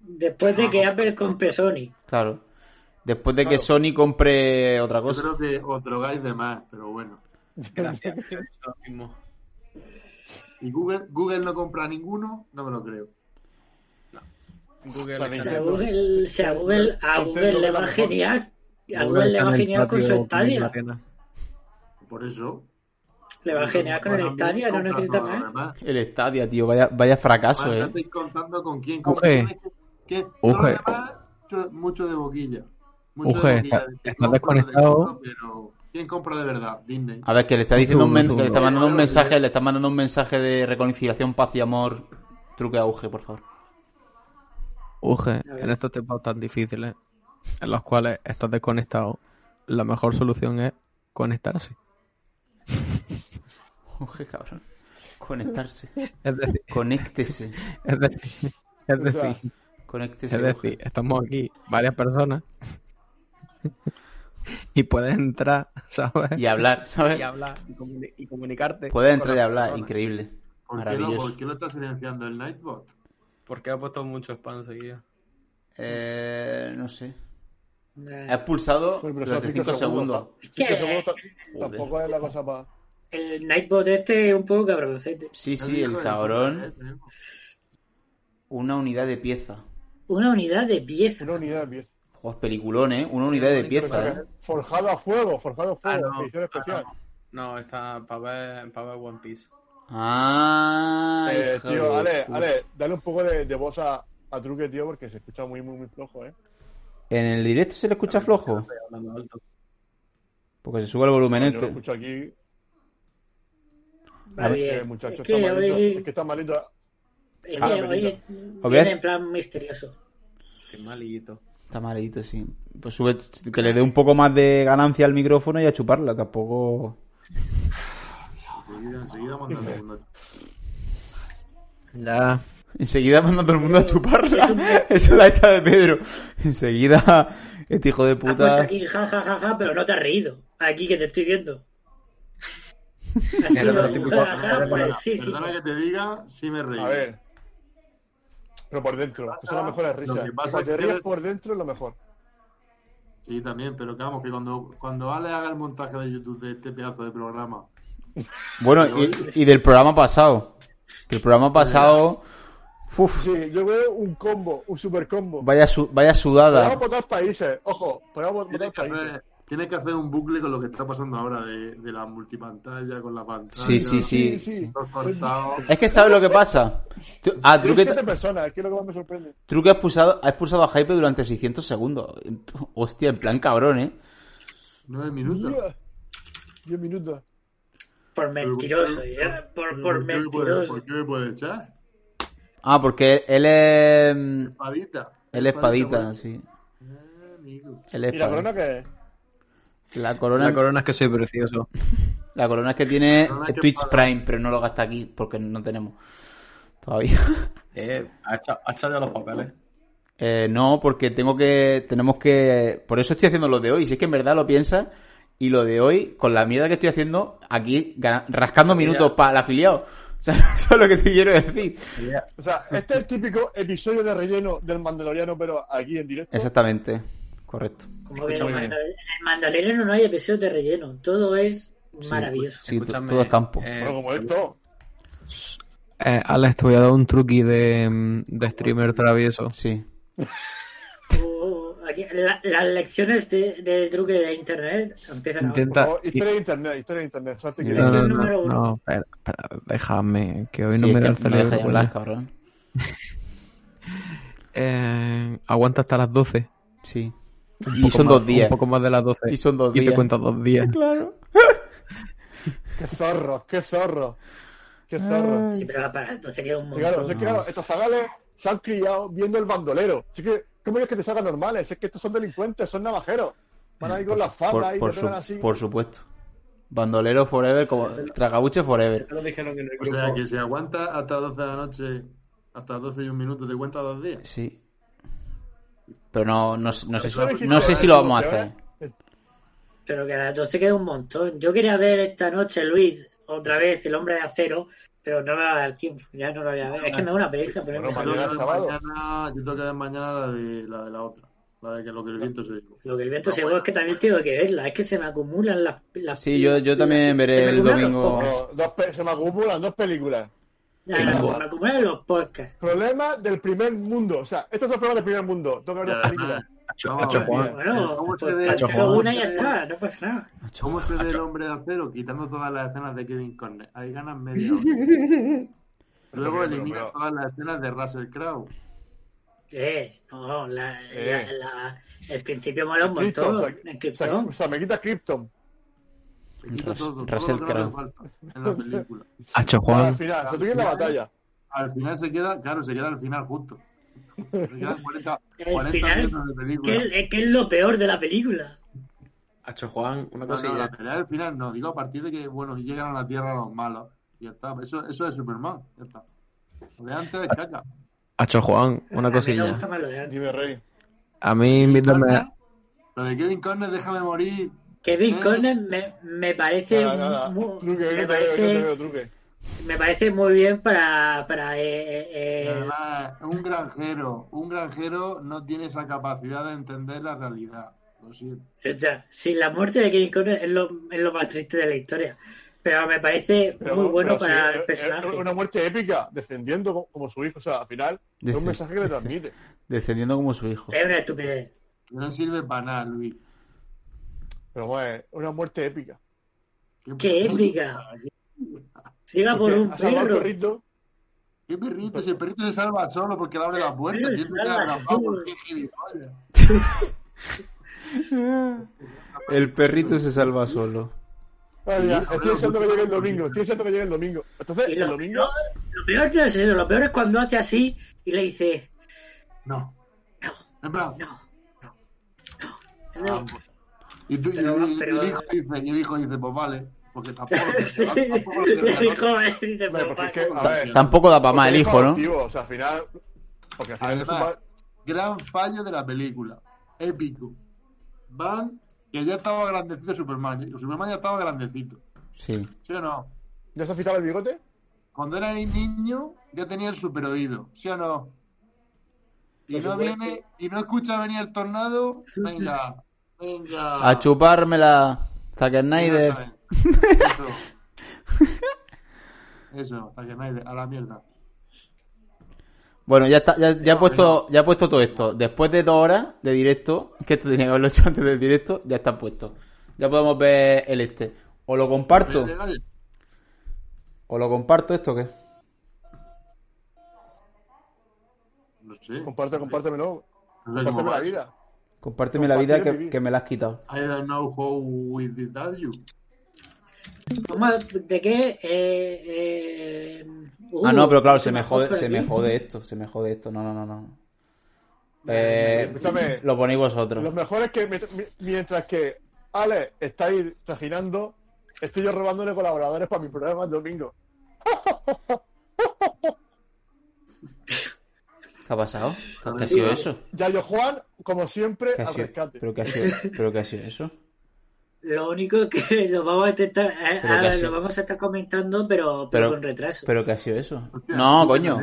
Después de que Apple compre Sony. Claro. Después de que Claro. Sony compre otra Yo cosa. creo que os drogáis de más, pero bueno. Gracias. es lo mismo. Y Google, Google no compra ninguno, no me lo creo. Google está- La O sea, Nintendo. pues, Google, o sea, Google- a Nintendo Google le es la va mejor. genial. pues, A Google Google le está va en el genial con su patio de estadio. Inglaterra. Por eso. Le pues, va genial con el Bueno, estadio, no compra necesita todo lo más. demás. El Stadia, tío, vaya, vaya fracaso, Además, eh. no estoy contando con quién Uge. compra. Que todo lo Uge. demás, mucho, mucho de boquilla. Mucho Uge, de boquilla. está- Te estás compro, te desconectado. compro, Pero, ¿quién compra de verdad? Disney. A ver, que le está diciendo Tú, un men- tú, que le está tú. mandando un mensaje, le está mandando un mensaje de reconciliación, paz y amor. Truque auge, por favor. Uge, en estos tiempos tan difíciles, en los cuales estás desconectado, la mejor solución es conectarse. Auge, cabrón. Conectarse. Es decir, Conéctese. es decir, es decir, Conéctese. es decir, ¿eh? estamos aquí varias personas y puedes entrar, Uge. ¿sabes? Y hablar, ¿sabes? y hablar y, comuni- y comunicarte. Puedes con entrar y las hablar, personas. increíble. ¿Por qué, lo, Maravilloso. ¿Por qué lo está silenciando el Nightbot? Porque ha puesto mucho spam seguido. Eh, no sé. Has pues, Nah. pulsado Bueno, pero son durante cinco 5 segundos. segundos. Cinco ¿Qué? segundos ta- Joder. tampoco es la cosa para. El Nightbot este es un poco cabroncete. Sí, Es sí, hijo el de puta, ¿eh? cabrón. Tenemos. Una unidad de pieza. Una unidad de pieza. Una unidad de pieza. Joder, peliculón, ¿eh? Una unidad de pieza, ¿eh? Forjado a fuego, forjado a Ah, fuego, no. edición especial. No, está para ver, para ver One Piece. Ah, Eh, hijo tío, de Ale, puta. Ale, dale un poco de, de voz a, a Truque, tío, porque se escucha muy, muy, muy flojo, ¿eh? ¿En el directo se le escucha flojo? Estoy hablando alto. Porque se sube el volumen. Yo ¿eh? lo escucho aquí, Va bien. eh, muchacho, Es que está malito. hoy- Es que está malito. Es Ah, que hoy Benito. es- ¿Os viene ves? en plan misterioso. Qué malito. Está malito, sí. Pues sube, Que le dé un poco más de ganancia al micrófono y a chuparla, tampoco. Enseguida, enseguida mandando el mundo. Ya. Enseguida manda a todo el mundo a chuparla. Es un- Esa es la esta de Pedro. Enseguida, este hijo de Has puesto puta. pues aquí ja, ja, ja, ja, pero no te has reído. Aquí que te estoy viendo. Ha sido, pero ja, tipo, ja, ja, pues, sí, sí. Perdona que te diga, sí me reí. A ver. Pero por dentro, esas son las mejores Lo que risas. pasa Cuando te es que- ríes por dentro es lo mejor. Sí, también, pero que vamos, que cuando, cuando Ale haga el montaje de YouTube de este pedazo de programa, Bueno, y, y del programa pasado. Que el programa pasado. Uf, Sí, yo veo un combo, un super combo. vaya, su- vaya Podemos sudada. votar países, ojo, podemos votar tienes que, países. hacer, tienes que hacer un bucle con lo que está pasando ahora de, de la multipantalla, con la pantalla. Sí, sí, sí. sí. los cortados. Es que sabes lo que pasa. Tú- Ah, Hay Truque, siete personas, que es lo que más me sorprende. Truque ha, expulsado, ha expulsado a Hype durante 600 segundos. Hostia, en plan cabrón, ¿eh? Nueve minutos. Diez- Diez minutos. Por mentiroso, ya. Por, por ¿Por qué me puede- mentiroso. ¿Por qué me puede echar? Ah, porque él es. mm, Espadita. Él es espadita, bueno. sí. Eh, amigo. Él es ¿Y la corona espadita. qué es? La La corona, corona es que soy precioso. la corona es que tiene corona que Twitch paga. Prime, pero no lo gasta aquí porque no tenemos todavía. Eh, ha echado ha echado ya los papeles. Eh, no, porque tengo que. Tenemos que. Por eso estoy haciendo lo de hoy. Si es que en verdad lo piensas. Y lo de hoy, con la mierda que estoy haciendo, aquí gana- rascando minutos para el afiliado. O sea, eso es lo que te quiero decir. O sea, este es el típico episodio de relleno del Mandaloriano, pero aquí en directo. Exactamente. Correcto. Como que en Escucha el muy bien. Mandal- en el Mandaloriano no hay episodios de relleno. Todo es pues. maravilloso. Sí, t- Escúchame, todo es campo. eh, Bueno, como esto. Eh, Alex, te voy a dar un truqui de, mm, de streamer travieso. Sí. Oh, oh, aquí- la- las lecciones de, de truque de internet empiezan ahora. por Intenta. favor, historia de internet, historia de internet. Salte que- No, no, número no, uno. no, espera, espera, déjame, que hoy Sí, no es me da que el no deja de cerebro. hablar, coño. cabrón. Eh, aguanta hasta las 12. Sí. un Y poco son más- dos días. Un poco más de las 12. Y son dos Y días. te cuento dos días. Claro. Qué zorro, qué zorro. Qué zorro. Sí, pero para entonces queda un Sí, claro, o sea, montón. es que, claro, estos zagales se han criado viendo el bandolero. Así que, ¿cómo es que te salgan normales? Es que estos son delincuentes, son navajeros. Van a ir con la fama Por, y por te pegan su- así. por supuesto. Bandolero forever, como tragabuche forever. ya lo dijeron en el O grupo. sea, que si aguanta hasta las 12 de la noche, hasta las 12 y un minuto, te cuenta dos días. Sí. Pero no, no, no sé, si- Eso lo hiciste no sé ahora, si lo ¿eh? vamos a ¿Ahora? hacer. Pero que a las 12 queda un montón. Yo quería ver esta noche, Luis, otra vez El Hombre de Acero, pero no me va a dar tiempo. Ya no lo voy a ver. Es que me da una pereza, pero Bueno, Yo mañana tengo que es ver sábado. mañana- yo tengo que ver mañana la de la, de la otra. La de que lo que el viento se dijo. Lo que el viento se llevó es que también tengo que verla. Es que se me acumulan las. las Sí, yo, yo también veré el domingo. Bueno, dos pe- se me acumulan dos películas. Ya, ya, se me acumulan los podcasts. Problema del primer mundo. O sea, estos son problemas del primer mundo. Tengo que ver Ya, dos películas. No, Nacho eh, Juan. Bueno, ¿Cómo se pues, ve- Nacho pero Juan. una y ya está, no pasa nada. ¿Cómo se ve el hombre de acero? Quitando todas las escenas de Kevin Conner. Ahí ganas media hora. Luego Pero, pero, elimina pero- todas las escenas de Russell Crowe. Eh, no, la, Eh. la- la- el principio mola un Krypton, o sea, montón. En o sea, Krypton. o sea, me quitas Krypton. Te quito Rus- todo, Russell todo lo que no hace Crowe. falta en la película. Hacho Al Juan. final, o sea, tú quieres la batalla. Al final se queda, claro, se queda al final justo. Se quedan 40, El 40 final, minutos de película. Que es- es que es lo peor de la película. Hacho Juan, una No, no, cosilla. eh. la pelea del final no, digo a partir de que, bueno, llegan a la Tierra los malos. Y ya está, eso, eso es Superman, ya está. Lo de antes de caca. Hacho Juan, A una mí me cosilla. gusta más lo de antes. Dime, Rey. A mí invítame. Lo de Kevin Conner, déjame morir. Kevin Eh. Conner me, me parece Ah. Nada, nada. mu- Truque, no me te veo, no te parece veo, truque. me parece muy bien para para eh, eh, Y eh, Además, un granjero, un granjero no tiene esa capacidad de entender la realidad. Lo siento. ya, sí, la muerte de Kevin Conner es lo, es lo más triste de la historia pero me parece Pero- muy bueno pero para sí, el es- personaje es Una muerte épica, descendiendo co- como su hijo. O sea, al final, es un Desce- mensaje que le transmite. Descendiendo como su hijo. es una estupidez Que No sirve para nada, Luis. Pero bueno, es una muerte épica. Qué, qué épica se iba por Porque Ah, un ha salvado al perro perrito. qué perrito, si el perrito se salva solo porque le abre la puerta. Pero Si él se salva queda atrapado, solo. qué gilipollas. El perrito se salva solo. Ah, mira, Hijo de estoy la deseando que puta. llegue el domingo. Estoy deseando que llegue el domingo. Entonces, y el lo, domingo. lo- lo peor no es eso lo peor es cuando hace así y le dice No. En plan, no Ah, pues. Y, tú, y- Pero- y- y pero- el hijo dice, y el hijo dice, pues vale, porque tampoco. Sí, tampoco lo le que- dijo, eh, dice, Hombre, "Papá, Ah. porque es que, a ver, Tampoco da para más el porque es hijo, ¿no? adoptivo, O sea, al final. Porque al final es un Además, pa- gran fallo de la película. Épico. Van, que ya estaba grandecito Superman. Superman ya estaba grandecito. Sí. ¿Sí o no? ¿Ya se ha fijado el bigote? Cuando era niño ya tenía el super oído. ¿Sí o no? Y no viene, y no escucha venir el tornado. Venga, venga. A chupármela, Zack Snyder. Exactamente. Eso. Eso, hasta que nadie- a la mierda. Bueno, ya está, ya, ya he puesto, ya he puesto todo esto. Después de dos horas de directo, que esto tenía que haberlo hecho antes del directo, ya está puesto. Ya podemos ver el este. O lo comparto, Oye, oye, o lo comparto esto que. No sé. Pues Comparte, compártemelo. Pues No sé cómo Compárteme va la eso. vida. Compárteme la vida Compartir que, vivir. que me la has quitado. I don't know how we did that you. Toma, ¿De qué? Eh, eh, uh, ah, no, pero claro, se me mejor jode, por se me aquí. jode esto, se me jode esto. No, no, no, no. Vale, Eh, Escúchame. lo ponéis Lo vosotros. mejor es que mi- mi- mientras que Ale está ahí trajinando, estoy yo robándole colaboradores para mi programa el domingo. ¿Qué ha pasado? ¿Qué, qué ha sido eso? Yayo Juan, como siempre, ¿Qué ha al sido? rescate. ¿Pero qué ha sido, pero qué ha sido eso? Lo único que lo vamos a intentar, eh, Pero ahora casi. lo vamos a estar comentando, pero, pero, Pero- con retraso. ¿Pero qué ha sido eso? No, coño.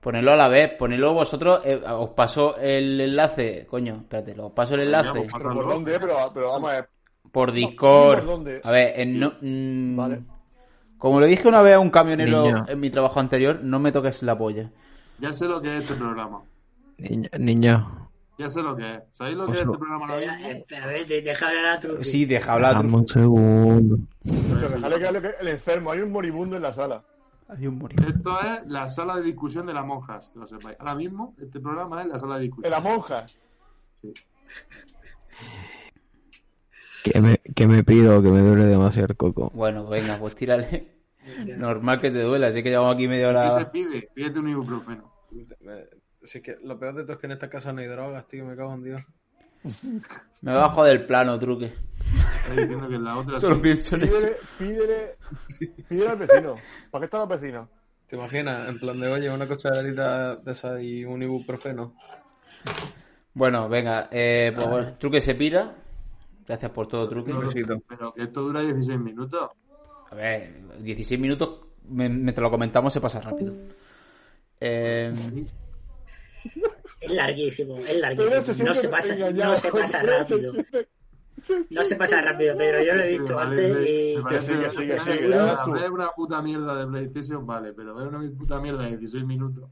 Ponedlo a la vez, ponedlo vosotros. eh, os paso el enlace, coño, espérate, os paso el enlace Pero por dónde, pero, pero vamos a ver. por ¿por Discord. dónde? A ver, en no- mm, Vale. como le dije una vez a un camionero Niño. en mi trabajo anterior, no me toques la polla. Ya sé lo que es este programa. Niño, niño, Ya sé lo que es. ¿Sabéis lo Pues Oso. que es este programa ahora Espera, mismo? espera, eh, a ver, de- deja hablar a Truqui. Sí, deja hablar. dame un segundo. Pero déjale que hable que- el enfermo, hay un moribundo en la sala. Hay un moribundo. Esto es la sala de discusión de las monjas, que lo sepáis. Ahora mismo, este programa es la sala de De discusión. la monja. Que me, que me pido que me duele demasiado el coco. Bueno, venga, pues tírale. Normal que te duela, así que llevamos aquí media ¿Qué se hora. pide? Pídete un ibuprofeno. Así que lo peor de todo es que en esta casa no hay drogas, tío, me cago en Dios. Me bajo del plano, truque. Está diciendo que en la otra. Solo sí. pienso en eso. Pídele, pídele, pídele al vecino. ¿Para qué están los vecinos? ¿Te imaginas? En plan de, oye, una cucharadita de esa y un ibuprofeno. Bueno, venga, eh, pues bueno, truque se pira. Gracias por todo, truque. Un besito. Pero que esto dura 16 minutos. A ver, 16 minutos, me- mientras lo comentamos, se pasa rápido. Eh, Es larguísimo, es Pero se larguísimo. No siente se pasa, engañado. no se pasa rápido. No se pasa rápido, Pedro. Yo lo he visto antes y. Que sí, que sí, que sí, que Una- ya ves tú. ver una puta mierda de PlayStation, vale, pero ver una puta mierda de 16 minutos.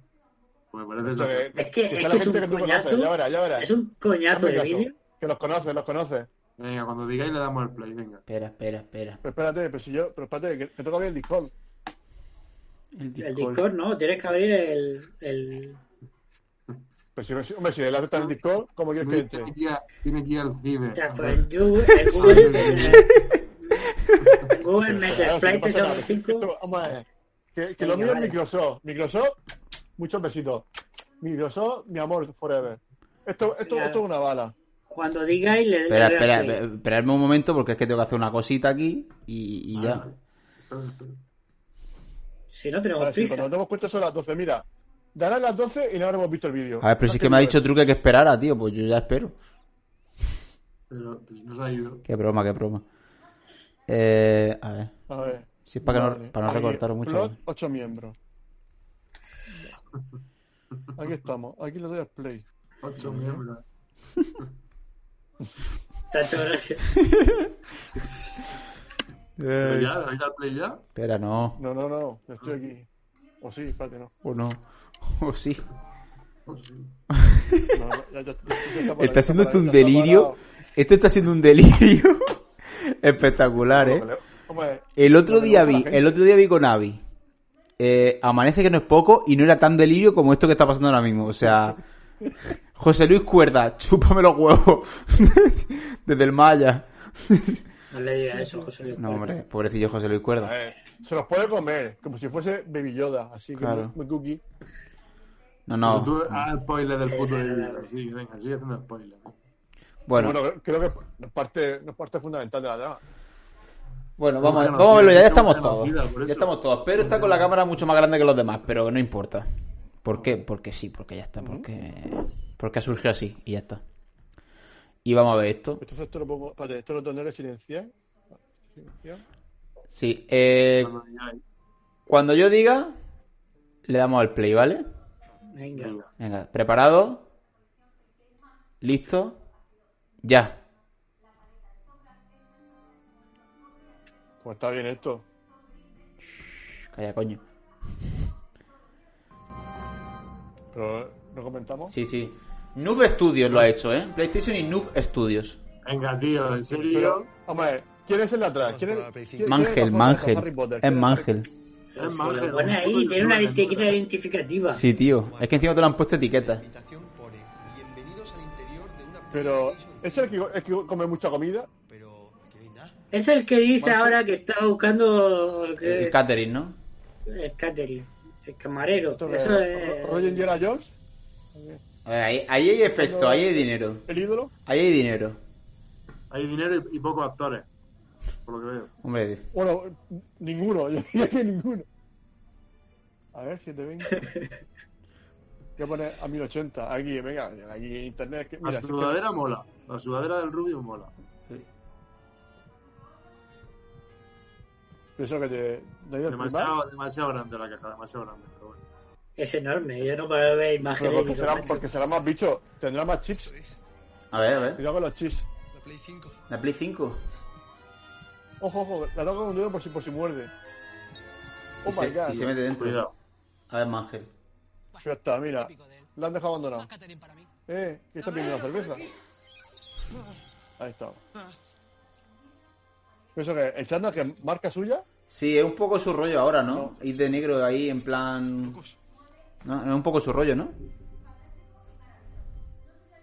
Pues me parece Esto que- eso. Es que que es, sea que la es un gente que tú coñazo. conoces, ya verás, ya verás. Es un coñazo Hazme de caso, vídeo. Que los conoces, los conoces. Venga, cuando digáis le damos el play, venga. Espera, espera, espera. Pero espérate, pero si yo, pero espérate, que me toca abrir el Discord. El Discord, ¿no? Tienes que abrir el. el... Pero si, no- hombre, si le aceptas el Discord, ¿cómo quieres que entre? Tiene que ir a- tiene que ir al ciber. O sea, a por ver. el Google, el Google, el Claro, Google Meter si no pasa PlayStation nada. 5. Esto, vamos a ver. Que, que lo Venga, mío vale. es Microsoft. Microsoft, muchos besitos. Microsoft, mi amor, forever. Esto, esto, Venga. esto es una bala. Cuando digáis, le le Espera, doy al espera, play. espera- esperadme un momento porque es que tengo que hacer una cosita aquí y, y ya. pues, Si no tenemos Ahora sí, prisa. cuando nos demos cuenta son las 12. Mira, darán las 12 y no habremos visto el vídeo. A ver, pero si es que me ha dicho Truque que esperara, tío, pues yo ya espero. Pero pues, nos ha ido. Qué broma, qué broma. Eh, a ver, A ver. si es para, que Vale. no, para no Aquí, recortaros mucho. Plot, 8 miembros. Aquí estamos. Aquí le doy al play. Ocho miembros. Eh. Chacho, gracias. Pero Eh, ya, ¿le dais al play ya? espera, no. No, no, no. Yo estoy aquí. O sí, espérate, no. O no. O sí. Pues sí. No, no, ya- ya- ya está por ahí, Está siendo por esto ahí, un ya está delirio. parado. Este está siendo un delirio espectacular, eh. Hombre, El otro lo que día gusta a la vi, gente. el otro día vi con Avi. Eh, amanece que no es poco y no era tan delirio como esto que está pasando ahora mismo. O sea, José Luis Cuerda, chúpame los huevos. Desde el Maya. No le digas eso, José Luis. No, hombre, pobrecillo José Luis Cuerda. A ver, Eh, se los puede comer, como si fuese Baby Yoda, así que Claro. muy, muy cookie. No, Pero Tú, no. haz spoiler del Sí, puto sí, de claro. video. Sí, venga, sigue haciendo spoiler. Bueno, creo- creo que no es parte, no es parte fundamental de la trama. bueno, vamos, a- Búscanos, vamos a verlo, ya, ya tío, estamos búscanos todos. vida, por Ya eso. estamos todos. Pero está con la cámara mucho más grande que los demás, pero no importa. ¿Por qué? Porque sí, porque ya está, porque, porque ha surgido así y ya está. Y vamos a ver esto. Entonces esto lo pongo, espérate, esto lo tendré que silenciar. Silenciar. Sí, eh, Cuando digáis, Cuando yo diga, le damos al play, ¿vale? Venga. venga. Venga, preparado. Listo. Ya. Pues está bien esto. Calla, coño. Pero no comentamos. Sí, sí. Noob Studios lo ha hecho, ¿eh? PlayStation y Noob Studios. Venga, tío, en Pero, serio. vamos a ver, ¿quién es el de atrás? ¿Quién es, quién- quién es Mangel, la favorita? Mangel. Harry Potter. Es ¿Quién Mangel. Pero si Mangel, lo pone un ahí, puto tiene una youtuber, etiqueta ¿no? identificativa. Sí, tío. Es que encima te lo han puesto etiqueta. invitación pone bienvenidos al interior de una Pero, PlayStation ¿es el que, es que come mucha comida? Pero aquí no hay nada. Es el que dice ahora que está buscando que- Eh. El catering, ¿no? el catering, el camarero. Esto Eso que- es. Ro- Roger Indiana Jones, A ver, ahí, ahí hay efecto, ahí hay dinero. el ídolo. Ahí hay dinero. Hay dinero y, y pocos actores. Por lo que veo. Hombre, Bueno, ninguno, yo diría que ninguno. A ver, 720. Voy a poner a 1080. Aquí, venga, aquí en internet. Que, mira, La si es que- sudadera mola. La sudadera del rubio mola. pienso que te. te ayuda a Demasiado, demasiado grande la caja, demasiado grande. Pero bueno. Es enorme, yo no puedo ver primar. Pero imágenes. porque digo, será, macho. porque será más bicho. Tendrá más Esto chips. es a ver, a ver. Cuidado con los chips. la Play 5. Mm. La Play 5. Ojo, ojo, la toco con un dedo por si, por si muerde. Oh y, my se, god. y se mete dentro. Cuidado. A ver, Mangel. Ya está, mira. La han dejado abandonada. Eh, ¿qué está pidiendo una cerveza? Ahí está. Pienso que el chándal que es marca suya. Sí, es un poco su rollo ahora, ¿no? No. Ir de negro ahí en plan. No, no, es un poco su rollo, ¿no?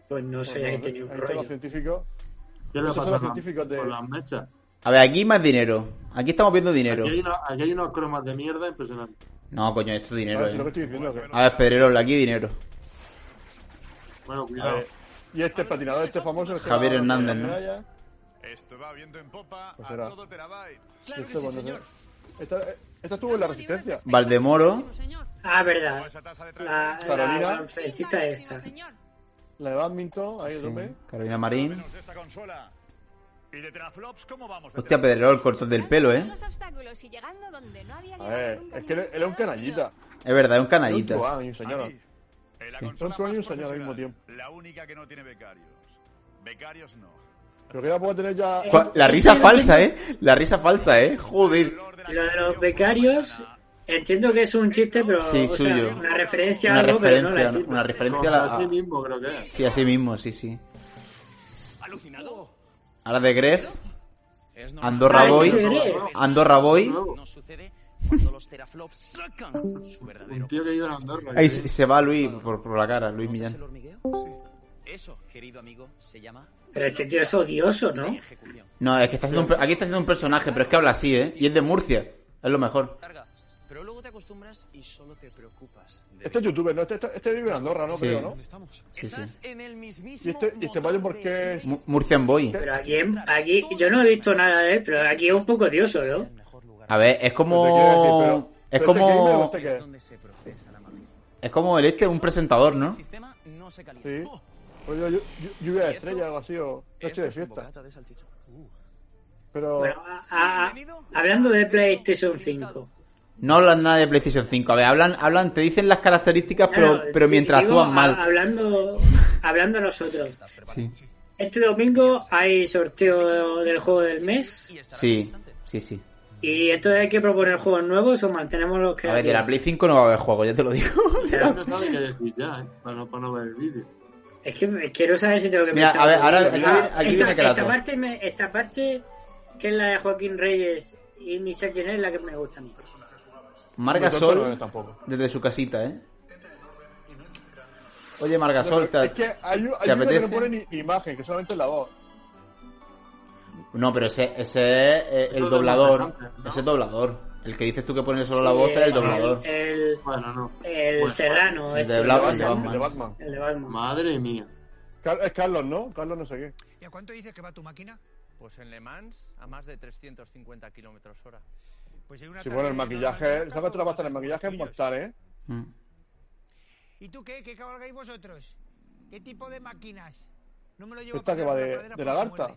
Pues no Pues sé, no, ahí ahí tenía un están los rollo. científicos. ¿Qué le Esos pasa son los con, científicos de- con las mechas? A ver, aquí hay más dinero. Aquí estamos viendo dinero. Aquí hay, una- aquí hay unos cromas de mierda impresionantes. No, coño, esto es A dinero. ver, si lo que eh. estoy diciendo. que- A ver, Pedrerol, aquí hay dinero. Bueno, A cuidado. ver, Y este patinador, este famoso. el que Javier va a ganar Hernández, la ¿no? medalla, Esto va viento en popa Pues a será. todo terabyte. y este, bueno, Esta, eh, esta estuvo en Uh, la resistencia. Valdemoro. Ah, verdad. O esa tasa de La, transferencia Carolina. la conferencista esta. La de badminton, ahí Sí, tope. Carolina Marín. menos de esta consola. Y de Teraflops, ¿cómo vamos? de Hostia, Pedrerol, cortate el pelo, ¿eh? A ver, es que él, él es un canallita. Es verdad, es un Es un canallita. truán y un señor. Ahí. la Sí. consola Son más sueños y sueños al profesional, mismo tiempo. La única que no tiene becarios. Becarios no. Pero que ya puedo tener ya. Cu- La risa falsa, ¿eh? La risa falsa, ¿eh? Joder. Lo de los becarios, entiendo que es un chiste, pero Sí, o sea, suyo. una referencia a Una algo, pero no la referencia, entiendo. una referencia a la... Así mismo, creo que es. Sí, así mismo, sí, sí. Ahora de Gref, Andorra Ah, ese Boy, de Gref. Andorra Boy. Un tío que ha ido a Andorra. Ahí se se va Luis por, por la cara, Luis Millán. Pero este tío es odioso, ¿no? No, es que está haciendo un, per- aquí está haciendo un personaje, pero es que habla así, ¿eh? Y es de Murcia, es lo mejor. Pero luego te acostumbras y solo te preocupas. Este es youtuber, ¿no? Este, este- este vive en Andorra, ¿no? Sí. Creo, ¿no? Sí, sí. Y este, y este payo porque es. Mu- Murcian Boy. Pero aquí, aquí, yo no he visto nada de él, pero aquí es un poco odioso, ¿no? A ver, es como... este Es como... Es como el este, un presentador, ¿no? Sí. Oye, yo, yo, lluvia de estrella, algo así, o noche de fiesta. Uh. Pero. Bueno, a- a- hablando de PlayStation 5, No hablan nada de PlayStation 5. A ver, hablan, hablan, te dicen las características, pero, Claro, pero mientras digo, actúan a- mal. Hablando, hablando a nosotros. Sí. Este domingo hay sorteo del juego del mes Sí, sí, sí. y entonces hay que proponer juegos nuevos o mantenemos los que A ver, de la Play 5 no va a haber juego, ya te lo digo. Ya no sabe qué decir ya, ¿eh? Para no, para no ver el vídeo. Es que quiero saber si tengo que Mira, pensar a ver, otro ahora vídeo. aquí Mira, viene- aquí esta, viene Kratos. esta parte, me- esta parte que es la de Joaquín Reyes y Michelle Jenner es la que me gusta a mí. Marga Muy tonto no Sol es tampoco. desde su casita, ¿eh? Oye, Marga Sol, es ¿te, que hay, ¿te un- hay uno que no apetece? pone ni ni imagen, que solamente la voz. No, pero ese, ese es eh, el es doblador. demandante, Ese es doblador. El que dices tú que pones solo la voz es el doblador. El, Bueno, no. el Bueno. Serrano. El de este. Batman, de El de Batman. El de Batman. Madre mía. Car- es Carlos, ¿no? Carlos no sé qué. ¿Y a cuánto dices que va tu máquina? Pues en Le Mans a más de 350 kilómetros hora. Pues hay una Sí, bueno, el maquillaje. ¿Sabes otra pasta en el maquillaje? Es mortal, ¿eh? ¿Y tú qué? ¿Qué cabalgáis vosotros? ¿Qué tipo de máquinas? No me lo llevo Esta que va de, de lagarta.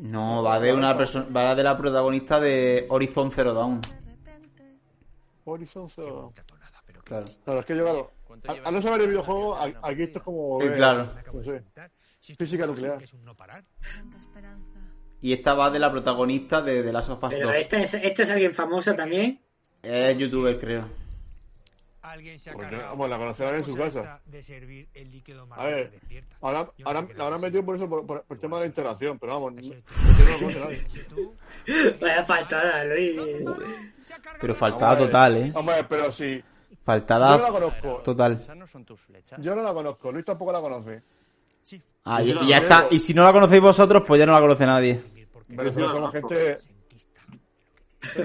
No, va de una persona, va de la protagonista de Horizon Zero Dawn. Horizon Zero. Claro. Claro, es que yo, claro. A, a no saber el videojuego, a- aquí esto es como. Sí, eh, claro. no sé, Física nuclear. Y esta va de la protagonista de The Last of Us Pero 2. este- esta es, esta es alguien famosa también. Es youtuber, creo. Porque, Pues vamos, la conocerán en su casa. A ver, ahora, ahora la habrán metido por eso, por, por- por el tema de la interacción, pero vamos. no- no conoce nadie. Vaya faltada, Luis. Pero faltada total, ¿eh? Hombre, pero si. Yo no la Faltada conozco. total. Yo no la conozco, Luis tampoco la conoce. Ah, Yo y, la y ya conozco. está. Y si no la conocéis vosotros, pues ya no la conoce nadie. Pero si no somos gente.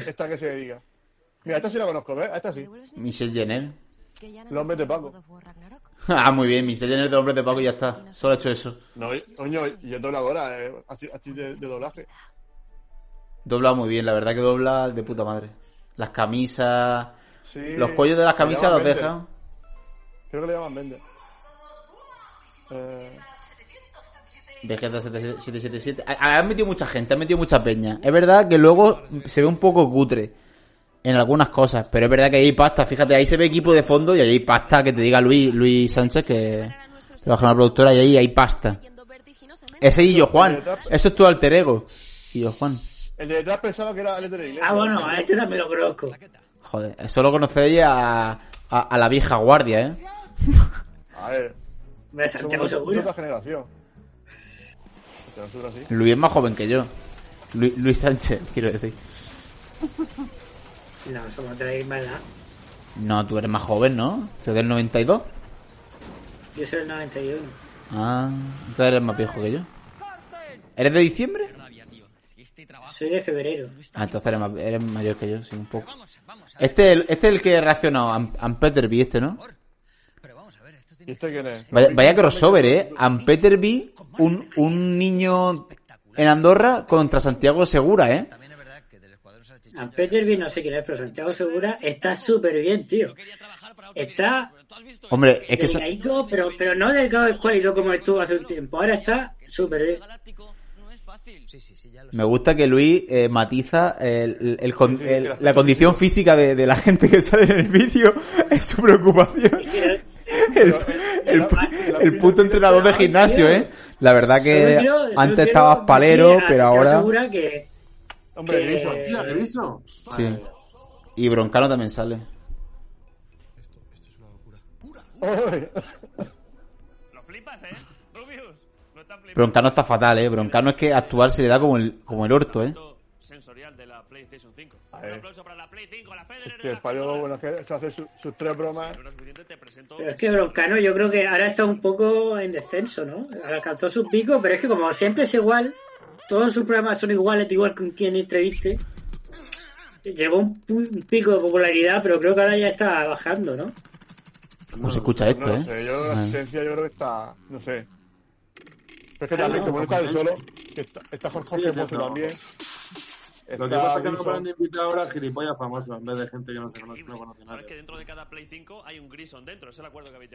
Esta que se dedica. Mira, esta sí la conozco, ¿ves? Esta sí. Michelle Jenner. Los hombres de Paco. ah, muy bien. Michelle Jenner de Hombres de Paco y ya está. Solo ha hecho eso. No, y- coño, y es dobladora, eh, así, así de, de doblaje. Dobla muy bien, la verdad que dobla de puta madre. Las camisas. Sí, los cuellos de las le camisas llaman los Bender. deja. Creo que le llaman Bender. Eh, Vegeta 777. Ha- Han metido mucha gente, han metido mucha peña. Es verdad que luego se ve un poco cutre en algunas cosas, pero es verdad que ahí hay pasta. Fíjate, ahí se ve equipo de fondo y ahí hay pasta que te diga Luis, Luis Sánchez que trabaja en una productora y ahí hay pasta. Ese y yo, Juan. Eso es tu alter ego. Y yo, Juan. el de detrás pensaba que era Alex de la Iglesia. Ah, bueno, a este también lo conozco. Joder, eso lo conocéis a, a, a la vieja guardia, ¿eh? A ver. Me Santiago somos Segura. de otra generación. Este Santiago Segura, sí. Luis es más joven que yo. Luis, Luis Sánchez, quiero decir. No, somos de la misma edad. No, tú eres más joven, ¿no? Tú eres del 92. Yo soy el 91. Ah, entonces eres más viejo que yo. ¿Eres de diciembre? Soy de febrero. Ah, entonces eres, ma- eres mayor que yo, sí, un poco. Este, es el- este es el que reaccionó a Am Peterby, este, ¿no? ¿Y este quién es? Vaya, vaya crossover, ¿eh? Am Peterby, un, un niño en Andorra contra Santiago Segura, ¿eh? A Peterby no sé quién es, pero Santiago Segura está súper bien, tío. Está Hombre, es que... Sa- delgadico, pero, pero no delgado del cuello como estuvo hace un tiempo. Ahora está súper bien. Me gusta que Luis eh, matiza el- el- el con- Sí, sí, el- que la- la condición física de, de la gente que sale en el vídeo. Es su preocupación. Pero El, el- el puto entrenador de gimnasio, ¿eh? La verdad que Yo quiero- yo antes quiero estabas decir palero, a- pero te ahora... asegura que. Hombre, que- Griso, Hostia, Griso. Sí. Y Broncano también sale. ¿eh? Broncano está fatal, ¿eh? Broncano es que actuar se le da como el, como el orto, ¿eh? Sensorial de la PlayStation 5. A ver. Que el payo, bueno, que se hace su- sus tres bromas. Eh, Pero es que Broncano yo creo que ahora está un poco en descenso, ¿no? Alcanzó su pico, pero es que como siempre es igual, todos sus programas son iguales, da igual con quien entreviste. Llegó un pu- un pico de popularidad, pero creo que ahora ya está bajando, ¿no? ¿Cómo se escucha esto, no lo eh? sé, yo la Ah. asistencia yo creo que está, no sé. Pero es que Ah, también no, se molesta de competencia. solo, que está, está Jorge Sí, es Pozo eso. también. Lo que Está pasa es que no Griso. paran de invitar ahora a gilipollas famosos en vez de gente que no se conoce, no conoce nadie.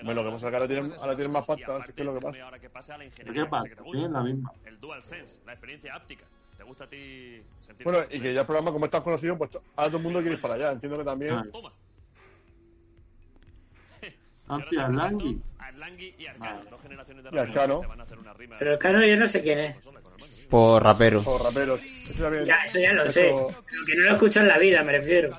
Bueno, lo que pasa es que ahora tienen, ahora tienen más pasta, ¿qué es lo que pasa? ¿Qué pasa? Tienen la misma. Bueno, y que ya el programa, como estás conocido, pues ahora todo el mundo quiere ir para allá. Entiendo que también. Hostia, Langui. Y Arcano. Pero Eh. el Cano yo no sé quién es. Por rapero. O raperos. Eso también. este Ya, eso ya lo Eso- sé. Pero Que no lo he escuchado en la vida, me refiero.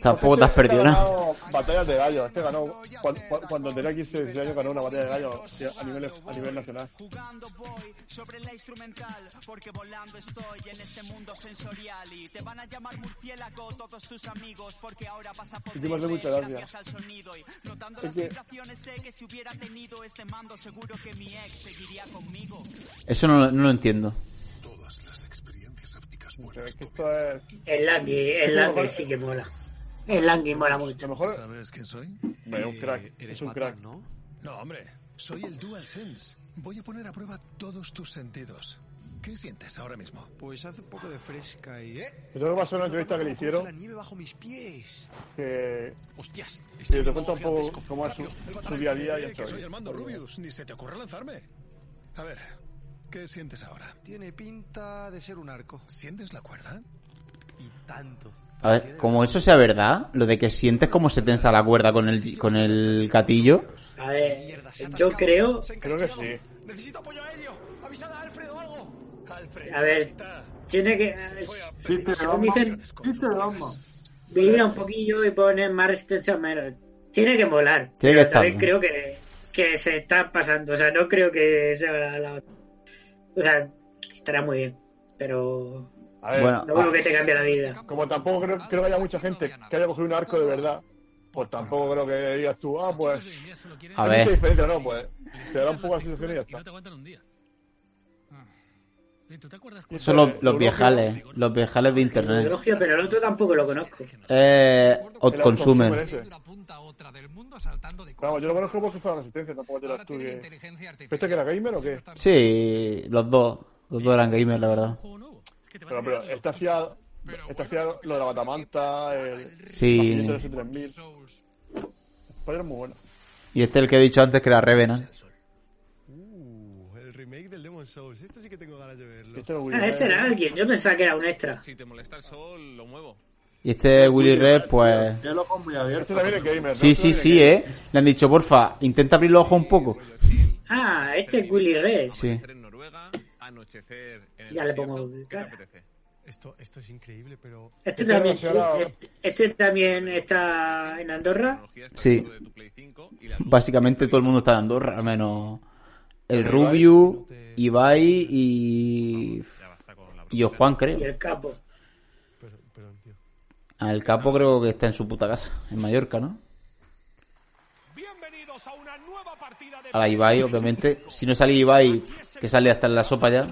Tampoco te has perdido nada. ganado batallas de gallos. Este ganó. Cuando, cuando- cuando tenía 15 16 años, ganó una batalla de gallos sí, a nivel, a nivel nacional. este Y que me hace mucha gracia. Es que este Eso no, no lo entiendo. Pero es que esto es. El Langui, el Langui sí que mola. El Langui mola mucho. A lo mejor. ¿Sabes quién soy? Hombre, un crack. Eh, Eres Es un Batman, crack. ¿no? No, hombre. Soy el DualSense. Voy a poner a prueba todos tus sentidos. ¿Qué sientes ahora mismo? Pues hace un poco de fresca y... ¿eh? Yo creo que pasó una entrevista que le Coge hicieron La nieve bajo mis pies. que. Hostias. Que te cuenta un moviendo el poco disco. cómo es su, Rápido, su levanta día a la día y nieve, esto. que soy Armando Rubius. Ni se te ocurra lanzarme. A ver, ¿qué sientes ahora? Tiene pinta de ser un arco. ¿Sientes la cuerda? Y tanto. A ver, como eso sea verdad, lo de que sientes como se tensa la cuerda con el, con el gatillo. A ver, yo creo. Creo que sí. Necesito apoyo aéreo. Avisad a Alfred o algo. Alfred. A ver, tiene que. Según dicen, Este Chiste de bomba. vibra un poquillo y poner más resistencia menos. Tiene que molar. Tiene que Pero también estar. creo que, que se está pasando. O sea, no creo que sea la, la otra. O sea, estará muy bien. Pero A ver, Bueno, no creo que te cambie la vida. Este como tampoco creo, creo que haya mucha gente que haya cogido un arco de verdad, pues tampoco creo que digas tú, ah, pues. A hay ver. mucha diferencia, no, pues. Te dará un poco la sensación y ya está. pues, Son los, los viejales, los viejales de internet. Elogio, pero el otro tampoco lo conozco. Eh, hot consumer. ese. Vamos, yo lo conozco porque fue la resistencia, tampoco te dirás tú que. ¿Este que era gamer o qué? Sí, los dos. Los dos eran gamers, la verdad. Pero, pero, este hacía. Este hacía lo de la batamanta, el. Sí. el 3000. Pues era muy bueno. Y este es el que he dicho antes que era Revenant. Uh, el remake del Demon Souls. Este sí que tengo ganas de verlo. Este era muy Ah, ese era alguien. Yo pensaba que era un extra. Ah. Y este Willy Red, pues. Tiene los ojos muy abiertos. Este también es gamer, ¿no? Sí, sí, sí, eh. Le han dicho, porfa, intenta abrir los ojos un poco. Ah, este es Willy Red. Sí. Ya le pongo. Esto, esto es increíble, pero. Este también, este, este también está en Andorra. Sí. Básicamente todo el mundo está en Andorra, menos el Rubius, Ibai y. Y Juan, Y creo. el capo. Al capo creo que está en su puta casa, en Mallorca, ¿no? A la Ibai, obviamente. Si no sale Ibai, que sale hasta en la sopa ya. eh.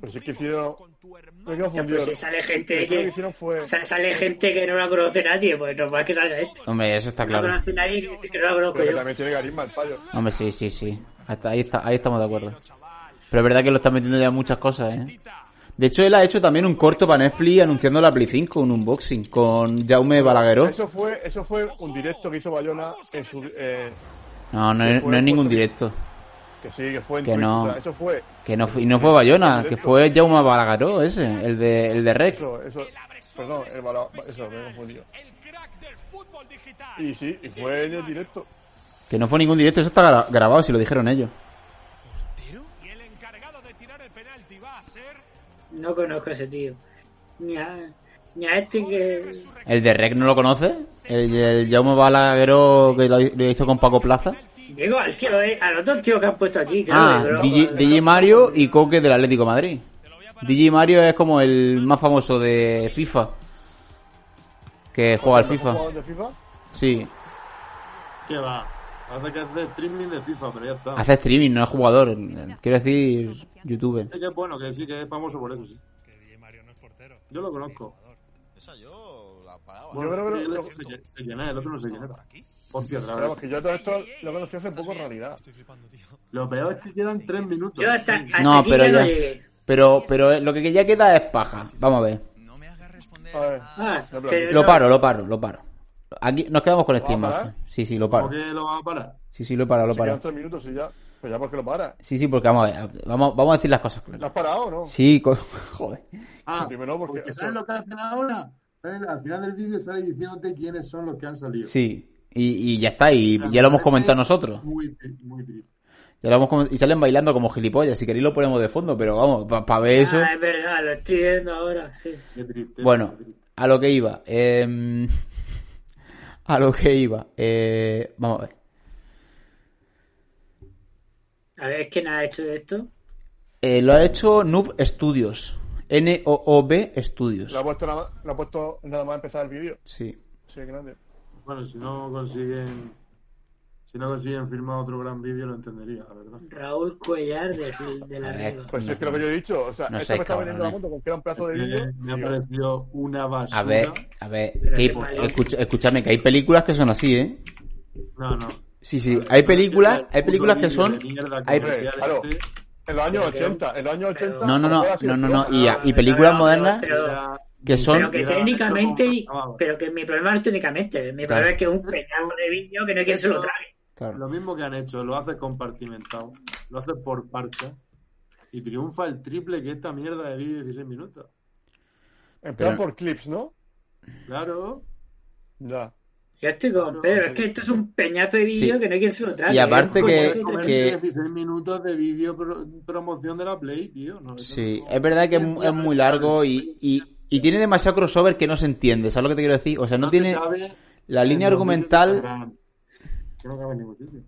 Pero si es que hicieron. Me he Ya, confundido. pues si sale Eso gente lo que que, hicieron fue. sa- sale gente que no la conoce nadie, pues normal que salga este. Hombre, eso está No la claro. conoce nadie que, que no la Pero conozco que yo. Pues también tiene carisma el payo. Hombre, sí, sí, sí. Hasta ahí, está, ahí estamos de acuerdo. Pero es verdad que lo está metiendo ya en muchas cosas, ¿eh? De hecho, él ha hecho también un corto para Netflix anunciando la Play 5, un unboxing, con Jaume Balagueró. Eso fue, eso fue un directo que hizo Bayona en su, eh, No, no, es- no es ningún directo. que sí, que fue en Que Twitch, no. o sea, eso fue Que no, fu- y no fue Bayona, que fue Jaume Balagueró ese, el de, el de Rex. eso, eso, perdón, el bala- eso, me he confundido. Y sí, y fue en el directo. Que no fue ningún directo, eso está gra- grabado, si lo dijeron ellos. No conozco a ese tío. Ni a, ni a este que. ¿El de Rec no lo conoce? ¿El, el Jaume Balagueró que lo, lo hizo con Paco Plaza? Digo al tío, eh, a los dos tíos que han puesto aquí. Ah, claro, de broma. DJ, DJ Mario y Coque del Atlético de Madrid. DJ Mario es como el más famoso de FIFA. Que juega al FIFA. ¿Jugador de FIFA? Sí. ¿Qué va? Hace que hace streaming de FIFA, pero ya está. Hace streaming, no es jugador. Quiero decir, youtuber. Es que es bueno, que sí, que es famoso por eso, sí. Yo lo conozco. Bueno, Yo creo que él lo- es- sé quién- sé quién es, el otro no sé quién era. Hostia, otra Pero vamos, vez. que yo todo esto lo conocí hace poco en realidad. Lo peor es que quedan tres minutos. Yo hasta- hasta No, aquí pero ya no ya. llegué. Pero, pero eh, lo que ya queda es paja. Vamos a ver. Ah, pero Lo no- paro, lo paro, lo paro. Aquí nos quedamos con esta ¿Lo vas a parar? imagen. Sí, sí, lo paro. ¿Por qué lo vas a parar? Sí, sí, lo paro, lo Si quedan paro. tres minutos y ya. Pues ya porque lo para. Sí, sí, porque vamos a ver. Vamos, vamos a decir las cosas ¿Lo claras. has parado o no? Sí, co- joder. Ah, primero porque. Porque ¿Sabes lo que hacen ahora? Sale- Al final del vídeo sale diciéndote quiénes son los que han salido. Sí. Y, y ya está, y ya lo hemos comentado nosotros. Muy, tri- muy triste. Ya lo hemos comen- y salen bailando como gilipollas. Si queréis lo ponemos de fondo, pero vamos, para ver eso. Ah, es verdad, lo estoy viendo ahora, sí. Bueno, a lo que iba. eh, a lo que iba. eh, vamos a ver. A ver, es que nada ha hecho de esto. Eh, lo ha hecho Noob Studios. N-O-O-B Studios. Lo ha puesto nada, más- lo ha puesto nada más empezar el vídeo. Sí. Sí, grande. Bueno, si no consiguen. Si no consiguen firmar otro gran vídeo, lo entendería, la verdad. Raúl Cuellar de, de la Riva. Pues es que lo que yo he dicho, o sea, No eh. esto seáis me está vendiendo la cabrones. moto con que era un plazo de vídeo. Me ha parecido una basura. A ver, a ver. Pero que hay- qué mal. escucha- escúchame, que hay películas que son así, ¿eh? No, no. Sí, sí. Hay películas, hay películas que son. hay- Hombre, este, claro, en los años 80, en los años 80. No, no, no, era así. no, no, no. Y, y películas modernas pero- que Pero son. que técnicamente, y- pero que mi problema no es técnicamente, mi Claro. problema es que es un pedazo de vídeo que no hay quien se lo trague. Lo mismo que han hecho, lo haces compartimentado, lo haces por partes y triunfa el triple que esta mierda de vídeo de 16 minutos. En Pero- plan por clips, ¿no? Claro. Ya. Yo estoy con Pedro, es que esto es un peñazo de vídeo Sí. que no hay quien se lo trague. Y aparte Este que- Puedes comerte que- 16 minutos de vídeo pro- promoción de la Play, tío. No, eso Sí, es verdad que es, mu- es muy largo y, y, y tiene demasiado crossover que no se entiende. ¿Sabes lo que te quiero decir? O sea, no te tiene. cabe La línea en los vídeos de argumental. Instagram. Que no cabe en ningún sitio.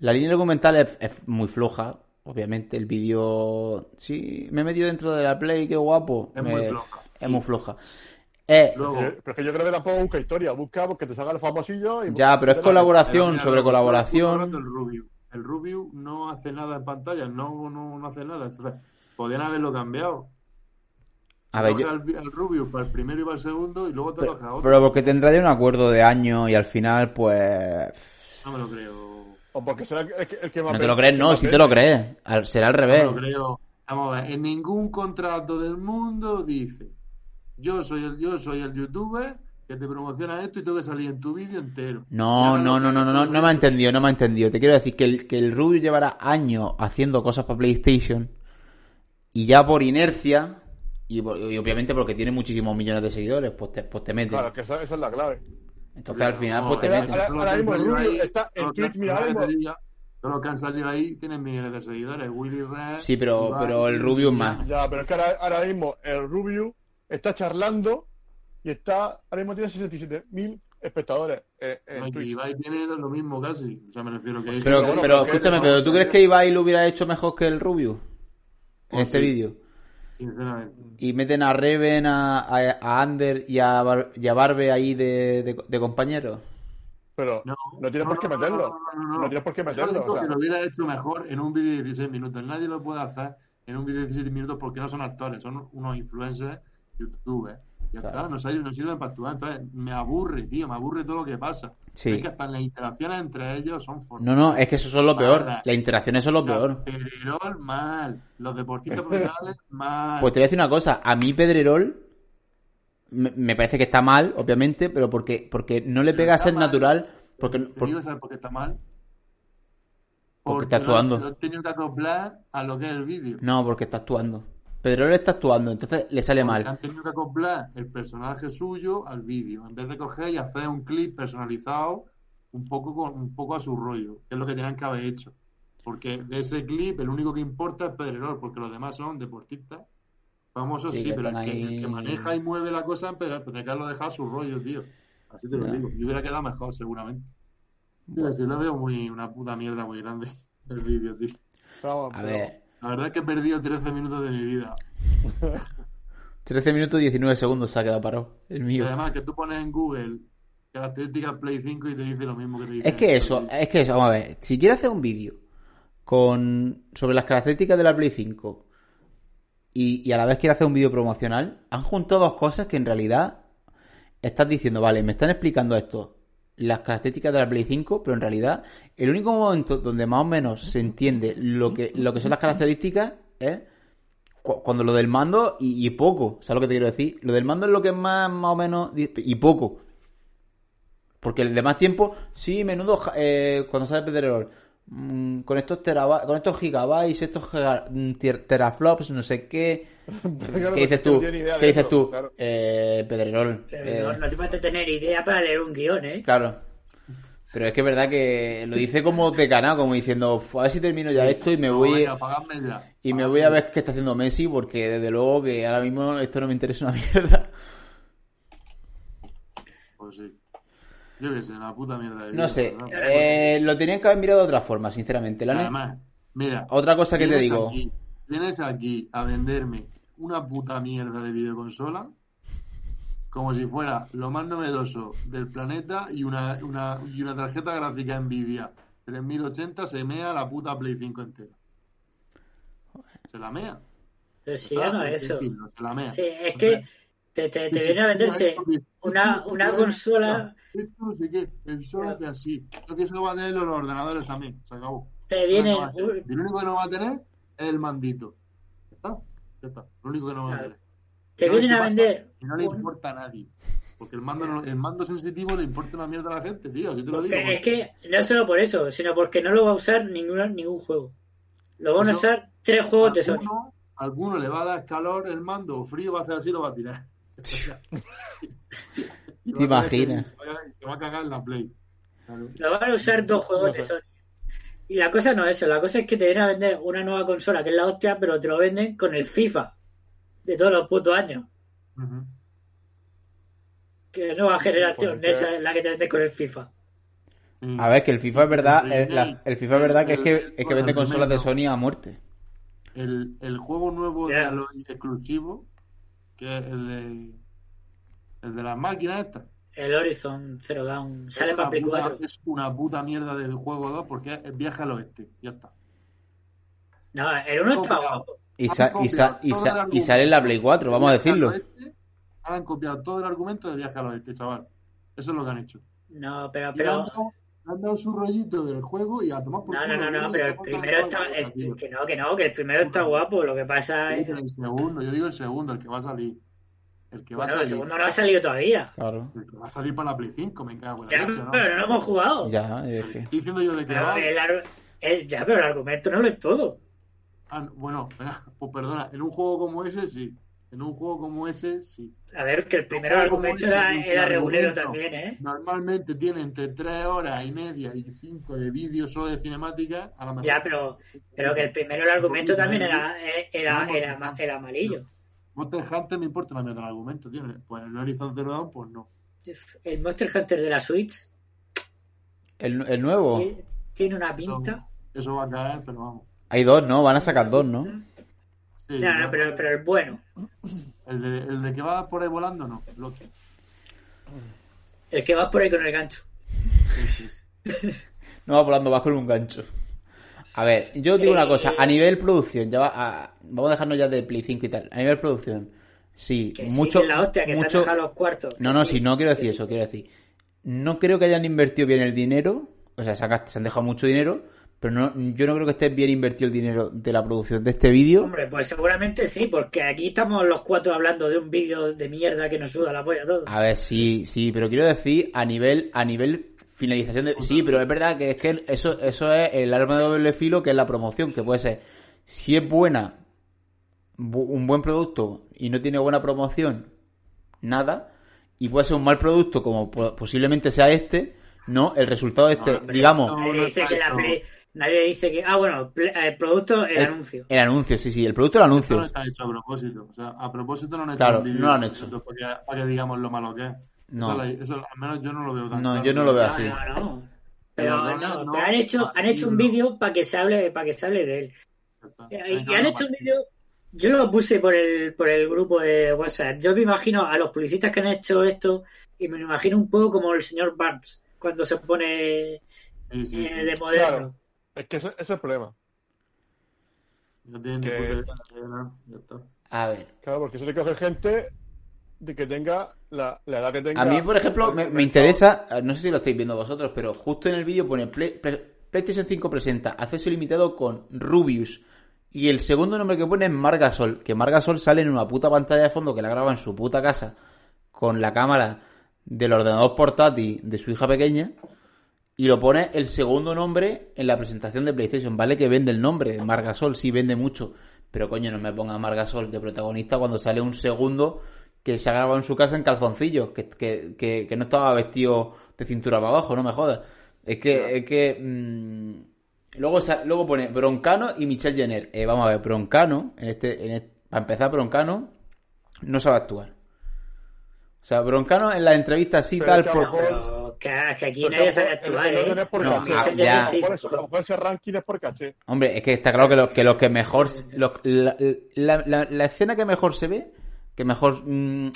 La línea argumental es, es muy floja. Obviamente, el vídeo. Sí, me he metido dentro de la Play, qué guapo. Es Me- muy floja, Es muy floja. Eh, Eh, Pero es que yo creo que tampoco busca historia, busca porque te salga el famosillo y. Ya, pero es colaboración Pero mira, sobre lo que estaba colaboración. hablando El Rubio. El Rubio no hace nada en pantalla, no, no, no hace nada. Entonces, podrían haberlo cambiado. a ver, Coge yo- al, al Rubio para el primero y para el segundo y luego te coge a otro. pero porque tendrá ya un acuerdo de año y al final, pues. No me lo creo. O porque será el que, el que más No te vende, lo crees, el que no, más si te vende. lo crees. Al- Será al No me revés. lo creo. Vamos a ver, en ningún contrato del mundo dice yo soy el, yo soy el youtuber que te promociona esto y tengo que salir en tu vídeo entero. No, no, no, no, no, no, no me ha entendido, no me ha entendido. Te quiero decir que el, que el Rubio llevará años haciendo cosas para PlayStation y ya por inercia, y, por- y obviamente porque tiene muchísimos millones de seguidores, pues te, pues te meten. Claro, que esa, esa es la clave. Entonces al final, pues te Ahora- meten. ahora- ahora mismo el Rubio está Todos en los Twitch, que- mira, ahora todos mismo. los que te diga- todos los que han salido ahí tienen millones de seguidores. Willy Red. Sí, pero- Ibai, pero el Rubio es más. Ya, pero es que ahora, ahora mismo el Rubio está charlando y está. Ahora mismo tiene 67.000 espectadores eh, en No, Twitch. y Ibai tiene lo mismo casi. O sea, me refiero que. Pero, Bueno, pero que- escúchame, pero ¿tú crees que Ibai lo hubiera hecho mejor que el Rubio? En Pues este sí. vídeo. Sinceramente. Y meten a Reven, a, a- a Ander y a, Bar- y a Barbe ahí de, de- de compañeros. Pero no, tienes por qué meterlo. No, no, no. No tienes por qué Yo meterlo, digo o sea. que lo hubiera hecho mejor en un vídeo de 16 minutos. Nadie lo puede hacer en un vídeo de 16 minutos porque no son actores, son unos influencers youtubers. Ya Claro. está, no sirven, no sirven para actuar. Entonces, me aburre, tío, me aburre todo lo que pasa. Sí. Es que hasta las interacciones entre ellos son fortes. No, no, es que eso es lo peor. Mala. Las interacciones son lo peor. Pererol, mal. Los deportistas profesionales, mal. Pues te voy a decir una cosa, a mí Pedrerol me, me parece que está mal, obviamente, pero porque, porque no le pega a ser natural, porque, Te por- digo, ¿sabes por qué está mal? porque está lo- actuando. Lo he tenido que acoplar a lo que es el vídeo. No, porque está actuando. Pedrero está actuando, entonces le sale Porque mal. Han tenido que acoplar el personaje suyo al vídeo, en vez de coger y hacer un clip personalizado un poco con, un poco a su rollo, que es lo que tenían que haber hecho. Porque de ese clip el único que importa es Pedrerol, porque los demás son deportistas famosos, Sí, sí, que pero el están que, el ahí. que maneja y mueve la cosa es Pedrerol, pues dejarlo dejar a su rollo, tío. Así te lo Ya. digo. Yo hubiera quedado mejor, seguramente. Tío, sí, lo veo muy una puta mierda muy grande el vídeo, tío. A ver, La verdad es que he perdido 13 minutos de mi vida. 13 minutos 19 segundos se ha quedado parado. El mío. Y además que tú pones en Google características Play 5 y te dice lo mismo que te dice. Es que eso, eh, es que eso, vamos a ver. Si quieres hacer un vídeo con sobre las características de la Play 5 y, y a la vez quieres hacer un vídeo promocional, han juntado dos cosas que en realidad estás diciendo, vale, me están explicando esto, las características de la Play 5, pero en realidad el único momento donde más o menos se entiende lo que, lo que son las características es cu- cuando lo del mando y, y poco, ¿sabes lo que te quiero decir? Lo del mando es lo que es más, más o menos di- y poco. Porque el demás tiempo, sí, menudo, ja- eh, cuando sale Pedrerol, mm, con estos teraba- con estos gigabytes, estos giga- mm, ter- teraflops, no sé qué. claro, ¿Qué dices pues, no tú? tiene idea ¿Qué de dices eso, tú? Eh, Pedrerol. Pero eh, no, no te falta tener idea para leer un guión, ¿eh? Claro. Pero es que es verdad que lo dice como de cana, como diciendo, "Fu, a ver si termino ya esto y me No, voy venga, apagadme ya. y me voy a ver qué está haciendo Messi, porque desde luego que ahora mismo esto no me interesa una mierda. Pues sí. Yo qué sé, una puta mierda de vida, No sé, ¿verdad? eh, lo tenían que haber mirado de otra forma, sinceramente. La ne- Además, mira, otra cosa que te vienes digo, aquí- vienes aquí a venderme una puta mierda de videoconsola como si fuera lo más novedoso del planeta y una, una- y una tarjeta gráfica Nvidia 3080 se mea la puta Play 5 entera. Se la mea. Pero si ya no es eso. Ah, pues Sí, no, se la mea. Sí, es que te, te, te viene a venderse una, una consola, Esto no sé qué, el sol hace así. Entonces eso va a tener los ordenadores también. Se acabó. te vienen... No va a tener. Y Lo único que no va a tener es el mandito. Ya está, ya está. Lo único que no va a tener. Te Y no le- vienen a ¿qué pasa? vender Y no le importa a nadie. Porque el mando, no- el mando sensitivo le importa una mierda a la gente, tío. Así te lo digo. ¿eh? Porque es que no solo por eso, sino porque no lo va a usar ninguna, ningún juego. Lo van a Eso- usar tres juegos de Sony. A alguno le va a dar calor el mando o frío, va a hacer así y lo va a tirar. Y ¿Te va a tener que- imaginas? Se va a- se va a cagar en la Play. Claro. Lo van a usar dos juegos de Sony. Y la cosa no es eso, la cosa es que te vienen a vender una nueva consola que es la hostia, pero te lo venden con el FIFA de todos los putos años. Ujú. Que es nueva pues, generación, Porque- esa es la que te venden con el FIFA. a ver, que el FIFA es verdad, es la- el FIFA es verdad que es que, es que vende consolas de Sony a muerte. El, el juego nuevo de Aloy exclusivo, que es el de, el de las máquinas estas. El Horizon Zero Dawn Es sale una para Play puta- 4. Es una puta mierda del juego 2 porque es viaje al oeste. Ya está. No, el uno está Copiado. guapo. Y, Han sa- y, sa- y, copiado todo sa- el y argumento sale en la Play 4, vamos a de viaje al decirlo. oeste, ahora han copiado todo el argumento de viaje al oeste, chaval. Eso es lo que han hecho. No, pero, Y le han pero, dado- le han dado su rollito del juego y a tomar por no, no, no, culo, no, güey, pero y el te primero está, cortan la el- cabeza, tío. que no, que no, que el primero está guapo, lo que pasa es, Pero El segundo, yo digo el segundo, el que va a salir. El que bueno, va a el salir. segundo no ha salido todavía. Claro. El que va a salir para la Play 5, me cago en la Ya, leche, ¿no? pero no lo hemos jugado. Ya, es que... Estoy diciendo yo de que Pero va. el ar- el- ya, pero el argumento no lo es todo. Ah, bueno, espera, pues perdona, en un juego como ese sí. En un juego como ese sí. A ver, que el primero Un juego como argumento ese, era, en que era el regulero argumento también, ¿eh? Normalmente tiene entre 3 horas y media y 5 de vídeo solo de cinemática. A lo mejor. Ya, pero, pero que el primero el argumento también era, eh, era, era, ma- era malillo. Monster Hunter me importa una mierda el argumento, tío. Pues en el Horizon Zero Dawn, pues no. El Monster Hunter de la Switch El, el nuevo. tiene- tiene una pinta. Eso va a caer, pero vamos. Hay dos, ¿no? Van a sacar dos, ¿no? Sí, No, no, yo- pero, pero es bueno. el, de, el de que va por ahí volando, no. Loki. El que va por ahí con el gancho. No vas volando, vas con un gancho. A ver, yo digo una cosa, a nivel producción, ya va a- vamos a dejarnos ya de Play 5 y tal. A nivel producción, sí, Que sí, mucho. que es la hostia, que se mucho- han dejado los cuartos. No, Que no, sí. sí, no quiero decir eso, quiero decir. No creo que hayan invertido bien el dinero. O sea, se, ha gast- se han dejado mucho dinero. Pero no, yo no creo que esté bien invertido el dinero de la producción de este vídeo. Hombre, pues seguramente sí, porque aquí estamos los cuatro hablando de un vídeo de mierda que nos suda la polla a todos. A ver, sí, sí, pero quiero decir a nivel, a nivel finalización de. Sí, pero es verdad que es que eso, eso es el arma de doble filo que es la promoción, que puede ser si es buena bu- un buen producto y no tiene buena promoción, nada, y puede ser un mal producto como po- posiblemente sea este, no, el resultado de este, digamos, Nadie dice que la Play- Nadie dice que. Ah, bueno, pl- el producto, el, El- anuncio. el anuncio, sí, sí, el producto del Esto no anuncio. está hecho a propósito. O sea, a propósito no han hecho Claro, un vídeo no lo han de esos para que, para que digamos lo malo que es. No. Eso, es la- eso al menos yo no lo veo tan No, claro. yo no lo veo así. No, no. Pero Pero, no, no, no, pero han hecho, han hecho un vídeo para que se hable, para que se hable de él. Eh, Y han hecho un vídeo. Yo lo puse por el, por el grupo de WhatsApp. Yo me imagino a los publicistas que han hecho esto y me lo imagino un poco como el señor Barnes cuando se pone eh, de moderno. Claro, es que ese, ese es el problema. No tienen ni Que- puta idea de qué, ¿no? Ya está. A ver. Claro, porque eso le coge gente de que tenga la, la edad que tenga. pues, A mí, por ejemplo, me, me interesa, eh, no sé si lo estáis viendo vosotros, pero justo en el vídeo pone Play- Play- PlayStation 5 presenta acceso ilimitado con Rubius. Y el segundo nombre que pone es Margasol, que Margasol sale en una puta pantalla de fondo que la graba en su puta casa con la cámara del ordenador portátil de su hija pequeña y lo pone el segundo nombre en la presentación de PlayStation. Vale que vende el nombre, Margasol sí vende mucho, pero coño, no me ponga Margasol de protagonista cuando sale un segundo que se ha grabado en su casa en calzoncillos, que, que, que- que no estaba vestido de cintura para abajo, no me jodas. Es que, es que mm, luego, sa- luego pone Broncano y Michelle Jenner. Eh, vamos a ver, Broncano, en este, en este- para empezar, Broncano no sabe actuar. O sea, Broncano en la entrevista sí Pero tal que a lo por... mejor- Que, que aquí Porque nadie sabe a lo mejor actuar, el- el ¿eh? orden es por No, caché. ah, A lo ya. mejor- a lo mejor ese ranking es por caché. Hombre, es que está claro que los que, los que mejor. los- la, la- la- la escena que mejor se ve, que mejor mm,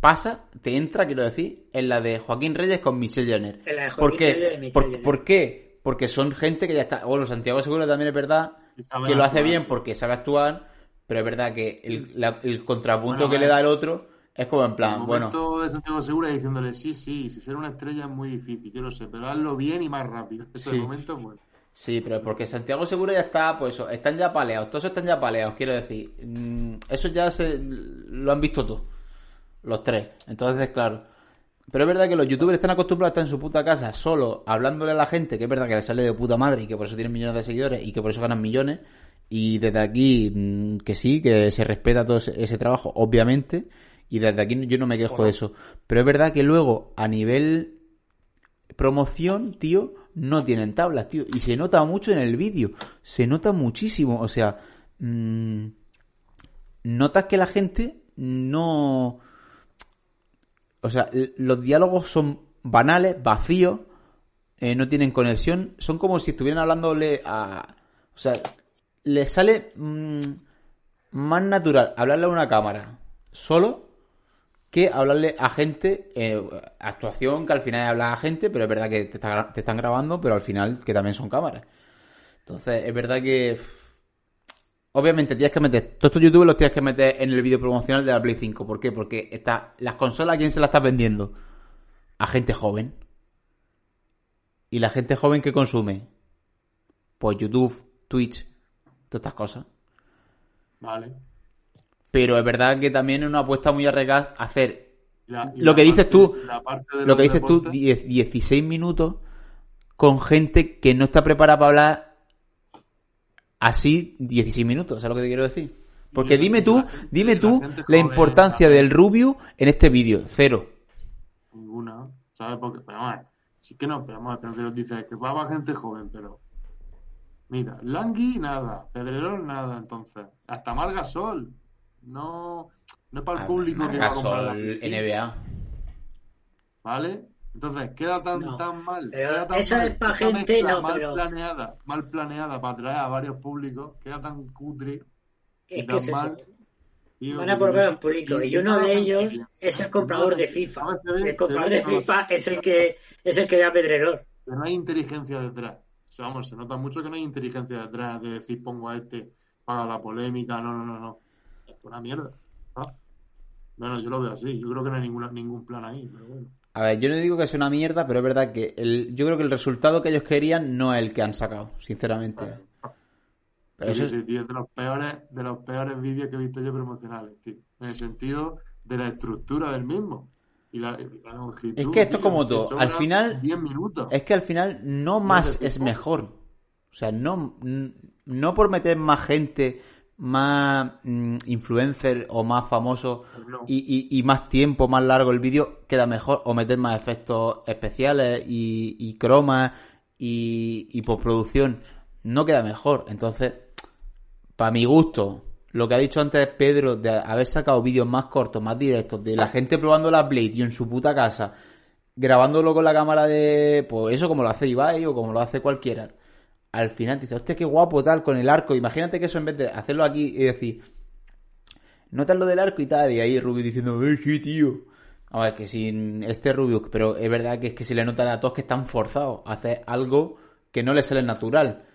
pasa, te entra, quiero decir, es la de Joaquín Reyes con Michelle Jenner. En la de ¿Por Joaquín Reyes y qué? Michelle ¿Por, Jenner. por qué? Porque son gente que ya está. Bueno, Santiago Seguro también es verdad sabe que lo hace actuar. bien porque sabe actuar, pero es verdad que el, la- el contrapunto Bueno, que a le ver. da el otro es como en El plan, bueno. momento de Santiago Segura diciéndole, sí, sí, si ser una estrella es muy difícil, yo lo sé, pero hazlo bien y más rápido. Eso Sí. el momento es bueno. Sí, pero es porque Santiago Segura ya está, pues eso, están ya paleados, todos están ya paleados, quiero decir. Mm, Eso ya se, lo han visto todos, los tres. Entonces, claro. Pero es verdad que los youtubers están acostumbrados a estar en su puta casa solo hablándole a la gente, que es verdad que les sale de puta madre y que por eso tienen millones de seguidores y que por eso ganan millones. Y desde aquí, mm, que sí, que se respeta todo ese, ese trabajo, obviamente. Y desde aquí yo no me quejo de eso. Pero es verdad que luego, a nivel promoción, tío, no tienen tablas, tío. Y se nota mucho en el vídeo. Se nota muchísimo. O sea, mm, notas que la gente no... O sea, l- los diálogos son banales, vacíos, eh, no tienen conexión. Son como si estuvieran hablándole a... O sea, les sale mm, más natural hablarle a una cámara solo que hablarle a gente, eh, actuación, que al final hablas a gente, pero es verdad que te, está gra- te están grabando, pero al final que también son cámaras. Entonces, es verdad que... pff, Obviamente tienes que meter, todos estos youtubers los tienes que meter en el vídeo promocional de la Play 5. ¿Por qué? Porque está, las consolas, ¿a quién se las estás vendiendo? A gente joven. ¿Y la gente joven que consume? Pues YouTube, Twitch, todas estas cosas. Vale. Pero es verdad que también es una apuesta muy arriesgada hacer Y la- y lo la que dices parte- tú, la parte de lo que los dices tú, deportes- 10 16 minutos con gente que no está preparada para hablar así 16 minutos, ¿sabes lo que te quiero decir? Porque dime tú, dime tú la, importancia del Rubio en este vídeo, cero. Ninguna. ¿Sabes por qué? Pero vamos a ver, sí que no, pero vamos a ver, pero que nos dice que va a gente joven, pero. Mira, Langui nada, Pedrerol nada, entonces. Hasta Margasol. No, no es para el público que va a comprar la Ah, Gasol, Play, NBA. ¿Vale? Entonces, queda tan, No, tan mal. pero queda tan eso mal. es pa' Esa gente, mezcla no, mal pero- planeada, mal planeada para atraer a varios públicos, queda tan cutre y Es que tan es eso. mal. tío, Van a que- probar un público. Y uno de ellos es el comprador de A FIFA. ver, se ve- El comprador se ve de que no lo- FIFA es el que es el que ve a Pedrerol. Pero no hay inteligencia detrás. O sea, vamos, se nota mucho que no hay inteligencia detrás de decir pongo a este, paga la polémica, no, no, no, no. Es una mierda. ¿no? Bueno, yo lo veo así. Yo creo que no hay ninguna, ningún plan ahí, pero bueno. A ver, yo no digo que sea una mierda, pero es verdad que el, yo creo que el resultado que ellos querían no es el que han sacado, sinceramente. Pero Yo eso qué es- sé, tío, es de los peores, de los peores vídeos que he visto yo promocionales, tío. En el sentido de la estructura del mismo. Y la, y la longitud, Es que esto es tío, como que todo. sobra Al final. 10 minutos. Es que al final no más es mejor. O sea, no, n- no por meter más gente, más mm, influencer o más famoso y, y- y más tiempo, más largo el vídeo, queda mejor. O meter más efectos especiales y, y cromas y, y postproducción, no queda mejor. Entonces, para mi gusto, lo que ha dicho antes Pedro de haber sacado vídeos más cortos, más directos, de la gente probando la Blade y en su puta casa, grabándolo con la cámara de. Pues eso, como lo hace Ibai o como lo hace cualquiera. Al final te dice, hostia, qué guapo tal, con el arco. Imagínate que eso en vez de hacerlo aquí y decir, notas lo del arco y tal. Y ahí Rubio diciendo, eh, sí, tío. A ver, que sin este Rubio, pero es verdad que es que se le notan a todos que están forzados a hacer algo que no le sale natural.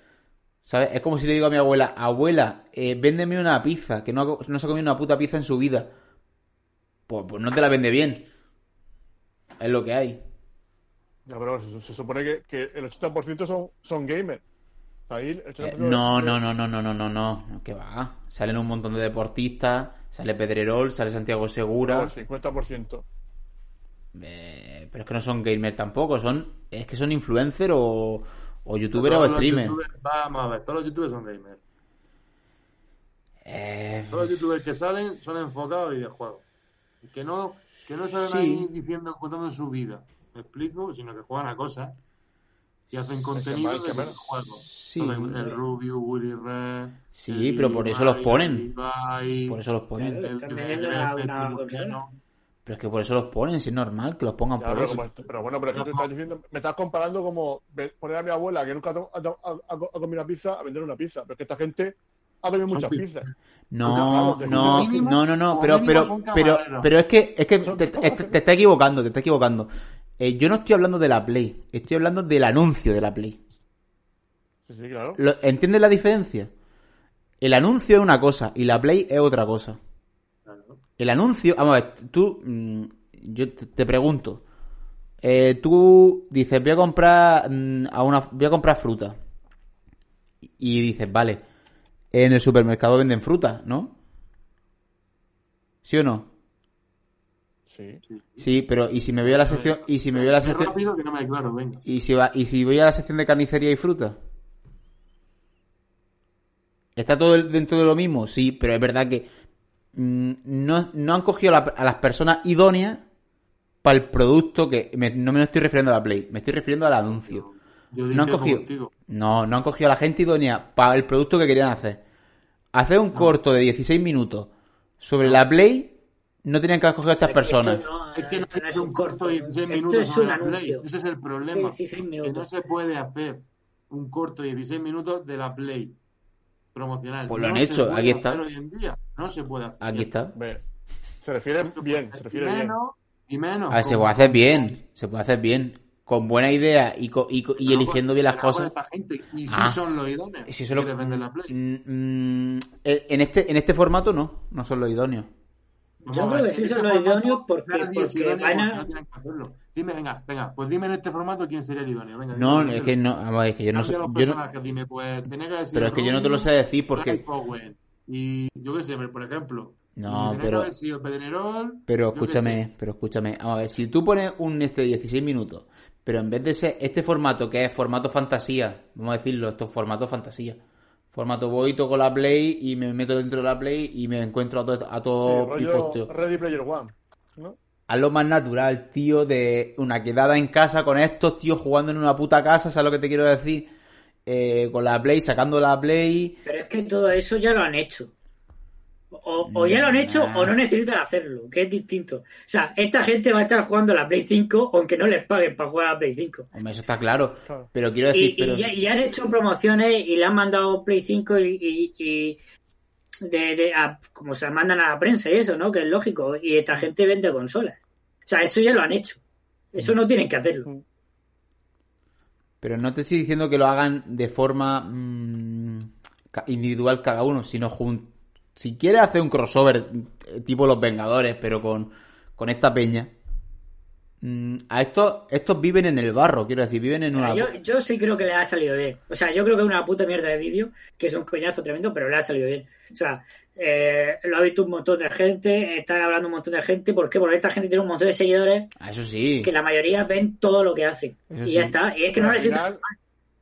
¿Sabes? Es como si le digo a mi abuela, abuela, eh, véndeme una pizza, que no, ha co- no se ha comido una puta pizza en su vida. Pues, pues no te la vende bien. Es lo que hay. Ya, pero se, se supone que, que el 80% son, son gamers. Ahí el 80% Eh, No, no, no, no, no, no, no, no. Que va. Salen un montón de deportistas, sale Pedrerol, sale Santiago Segura. El 50%. Eh, pero es que no son gamer tampoco, son es que son influencer o, o youtuber o Todos los streamer. youtubers- Vamos a ver, todos los youtubers son gamers. Eh, Todos los youtubers que salen son enfocados a videojuegos. Que no, que no salen Sí. ahí diciendo, contando su vida. ¿Me explico? Sino que juegan a cosas y hacen contenido mal, qué de mal. videojuegos. Sí. Entonces, el Rubio, Willy Red. Sí, el pero por Di eso los Mario, ponen. el Ibai, Por eso los ponen. el- Están el- vendiendo el- una- el- una el- consola. pero es que por eso los ponen, si es normal que los pongan Ya, por pero, eso. como- pero bueno, pero es que tú estás diciendo, me estás comparando como ve- poner a mi abuela que nunca ha, to- ha to- ha- ha comido una pizza a vender una pizza. Pero es que esta gente ha comido muchas pizzas. No, Porque, no, claro, de- no, no, no, como pero, mínimo pero, son pero, camareros. pero es que, es que te, te- te está equivocando, te está equivocando. Eh, yo no estoy hablando de la Play, estoy hablando del anuncio de la Play. Sí, sí, claro. Lo- ¿Entiendes la diferencia? El anuncio es una cosa y la Play es otra cosa. El anuncio, vamos a ver, tú, mm, yo te, te pregunto, eh, tú dices, voy a comprar mm, a una, voy a comprar fruta. Y- Y dices, vale, en el supermercado venden fruta, ¿no? ¿Sí o no? Sí. Sí, pero y si me voy a la sección, y si me voy a la Es sección, rápido que no me aclaro, venga. y si va, y si voy a la sección de carnicería y fruta. ¿Está todo el- dentro de lo mismo? Sí, pero es verdad que mm, no, no han cogido a la- a las personas idóneas para el producto que... me- no me estoy refiriendo a la Play, me estoy refiriendo al anuncio. Yo no han discrepo cogido... contigo. No, no han cogido a la gente idónea para el producto que querían hacer. Hacer un corto de 16 minutos sobre la Play no tenían que haber cogido a estas personas. Es que no es un corto de 16 Esto minutos es sobre un la Play. anuncio. Ese es el problema. 16 Que no se puede hacer un corto de 16 minutos de la Play promocional. Pues lo han No se hecho, puede aquí está. hacer hoy en día. No se puede hacer. Aquí está. Ve, Se refiere bien, se refiere bien. menos, y menos. A ver, Ah, se como- puede hacer bien, se puede hacer bien, con buena idea y, co- y, co- y eligiendo bien las Pero ahora cosas. esta gente, y si Ah. son los idóneos. Si solo- que les venden la Play. Mm, mm, eh, en este en este formato no, no son los idóneos. Yo creo que sí son los idóneos porque, este Nadie es porque idóneo van porque a... no tienen que hacerlo. Dime, venga, venga, pues dime en este formato quién sería el idóneo. Venga, No, dime, es que no, vamos, es que yo no sé, Cambia yo los no- personajes, dime, pues, tenía que haber sido pero es que yo no te lo Rubio, sé decir porque Clive Owen, y yo qué sé, pero, por ejemplo. No, y tenía que pero- haber sido Pedrerol, pero yo qué sé. escúchame, pero escúchame, vamos a ver, si tú pones un este de 16 minutos, pero en vez de ser este formato que es formato fantasía, vamos a decirlo, esto es formato fantasía. Formato voy, toco la play y me meto dentro de la play y me encuentro a todo a todo Sí, rollo pifostio. Ready Player One. ¿no? Hazlo más natural, tío, de una quedada en casa con estos tíos jugando en una puta casa, ¿sabes lo que te quiero decir? Eh, con la Play, sacando la Play. Pero es que todo eso ya lo han hecho. O, o ya lo han hecho o no necesitan hacerlo, que es distinto. O sea, esta gente va a estar jugando a la Play 5 aunque no les paguen para jugar a la Play 5. Hombre, eso está claro. Pero quiero decir, y, pero... y ya, y han hecho promociones y le han mandado Play 5 y, y- y de, de- a- como se mandan a la prensa y eso, ¿no? Que es lógico. Y Mm. esta gente vende consolas. O sea, eso ya lo han hecho. Eso no tienen que Mm. hacerlo. Pero no te estoy diciendo que lo hagan de forma mm, ca- individual cada uno, sino jun- Si quieres hacer un crossover eh, tipo Los Vengadores, pero con, con esta peña. mm, a estos, estos viven en el barro, quiero decir, viven en una... Yo, yo sí creo que le ha salido bien. O sea, yo creo que es una puta mierda de vídeo, que es un coñazo tremendo, pero le ha salido bien. O sea, eh, lo ha visto un montón de gente, están hablando un montón de gente. ¿Por qué? Porque esta gente tiene un montón de seguidores Ah, Eso sí. que la mayoría ven todo lo que hacen. Eso y sí. ya está. Y es que Pero no al necesitan final-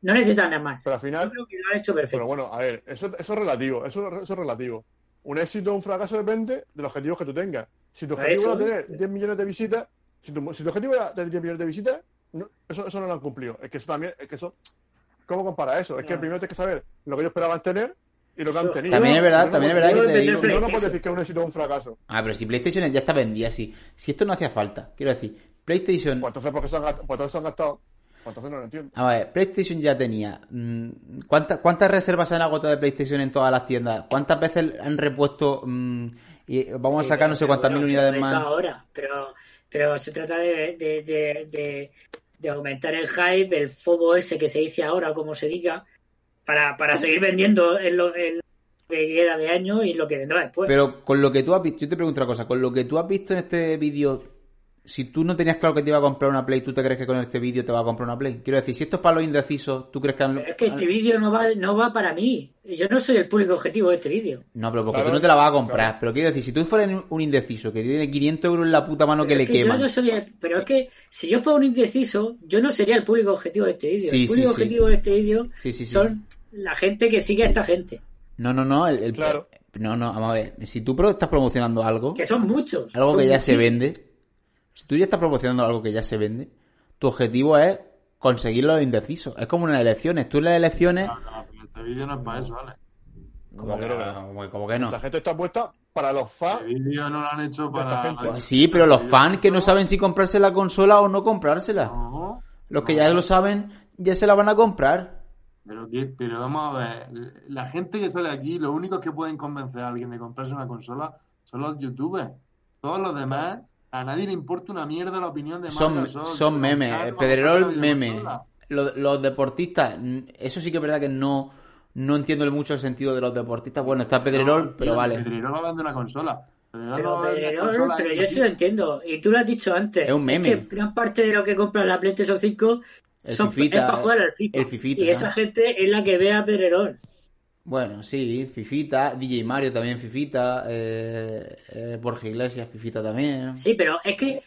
No necesitan nada más. Pero al final. lo han hecho perfecto. Pero bueno, a ver, eso, eso es relativo. Eso, eso es relativo. Un éxito o un fracaso depende de los objetivos que tú tengas. Si tu Por objetivo eso. era tener 10 millones de visitas, si tu, si tu objetivo era tener 10 millones de visitas, no- eso, eso no lo han cumplido. Es que eso también, es que eso. ¿Cómo compara eso? Es que Claro. primero tienes que saber lo que ellos esperaban tener y lo que han Eso. tenido. También es verdad, No, también es no, verdad que no, te no, digo- No, no puedes decir que es un éxito o un fracaso. Ah, pero si PlayStation ya está vendida, si, si esto no hacía falta. Quiero decir, PlayStation. Pues entonces, ¿por qué se han gastado? Pues entonces se han gastado. Pues entonces no lo entiendo. A ver, PlayStation ya tenía. mm, ¿cuánta- ¿Cuántas reservas se han agotado de PlayStation en todas las tiendas? ¿Cuántas veces han repuesto. mm, y vamos Sí, a sacar pero- no sé pero cuántas bueno, mil unidades pero eso más? ahora, pero, pero se trata de, de, de, de- de aumentar el hype, el fobo ese que se dice ahora, como se diga, para, para seguir vendiendo en lo, en lo que queda de año y lo que vendrá después. Pero con lo que tú has visto, yo te pregunto una cosa, con lo que tú has visto en este vídeo, si tú no tenías claro que te iba a comprar una Play, ¿tú te crees que con este vídeo te va a comprar una Play? Quiero decir, si esto es para los indecisos, ¿tú crees que... han- es que este vídeo no va, no va para mí. Yo no soy el público objetivo de este vídeo. No, pero porque Claro, tú no te la vas a comprar. Pero quiero decir, si tú fueras un- un indeciso que tiene 500 euros en la puta mano que Pero le es que yo queman... no soy el- pero es que si yo fuera un indeciso, yo no sería el público objetivo de este vídeo. Sí, sí, el público sí. objetivo de este vídeo Sí, sí, sí. son la gente que sigue a esta gente, No, no, no, el... el- No, no, vamos a ver. Si tú pro- estás promocionando algo... que son muchos. Algo son que ya se muchísimos. vende. Si tú ya estás promocionando algo que ya se vende, tu objetivo es conseguir los indecisos. Es como en las elecciones. Tú en las elecciones... Este vídeo no es para eso, Alex. ¿Cómo que no? ¿Cómo que no? La gente está puesta para los fans. El vídeo no lo han hecho para. Pues sí, pero los fans que no saben si comprarse la consola o no comprársela. Los que ya lo saben, ya se la van a comprar. Pero, que- pero vamos a ver, la gente que sale aquí, los únicos que pueden convencer a alguien de comprarse una consola son los youtubers. Todos los demás, a nadie le importa una mierda la opinión de Son, Microsoft, son de memes. Ricardo, eh, Pedrerol, de meme. Motorola. Los, los deportistas, mm, eso sí que es verdad que no, no entiendo mucho el sentido de los deportistas. Bueno, está Pedrerol, No, pero tío, vale. Pedrerol va hablando de una consola. Pedrerol no Pero, va a vender pero- consola, pero es yo decir, sí lo entiendo. Y tú lo has dicho antes. Es un meme. que gran parte de lo que compra la PlayStation 5 El son, Fifita, es para eh, jugar al FIFA. el Fifita, y ¿no? esa gente es la que ve a Pedrerol. Bueno, sí, Fifita, DJ Mario también Fifita, eh, eh, Borja Iglesias Fifita también. Sí, pero es que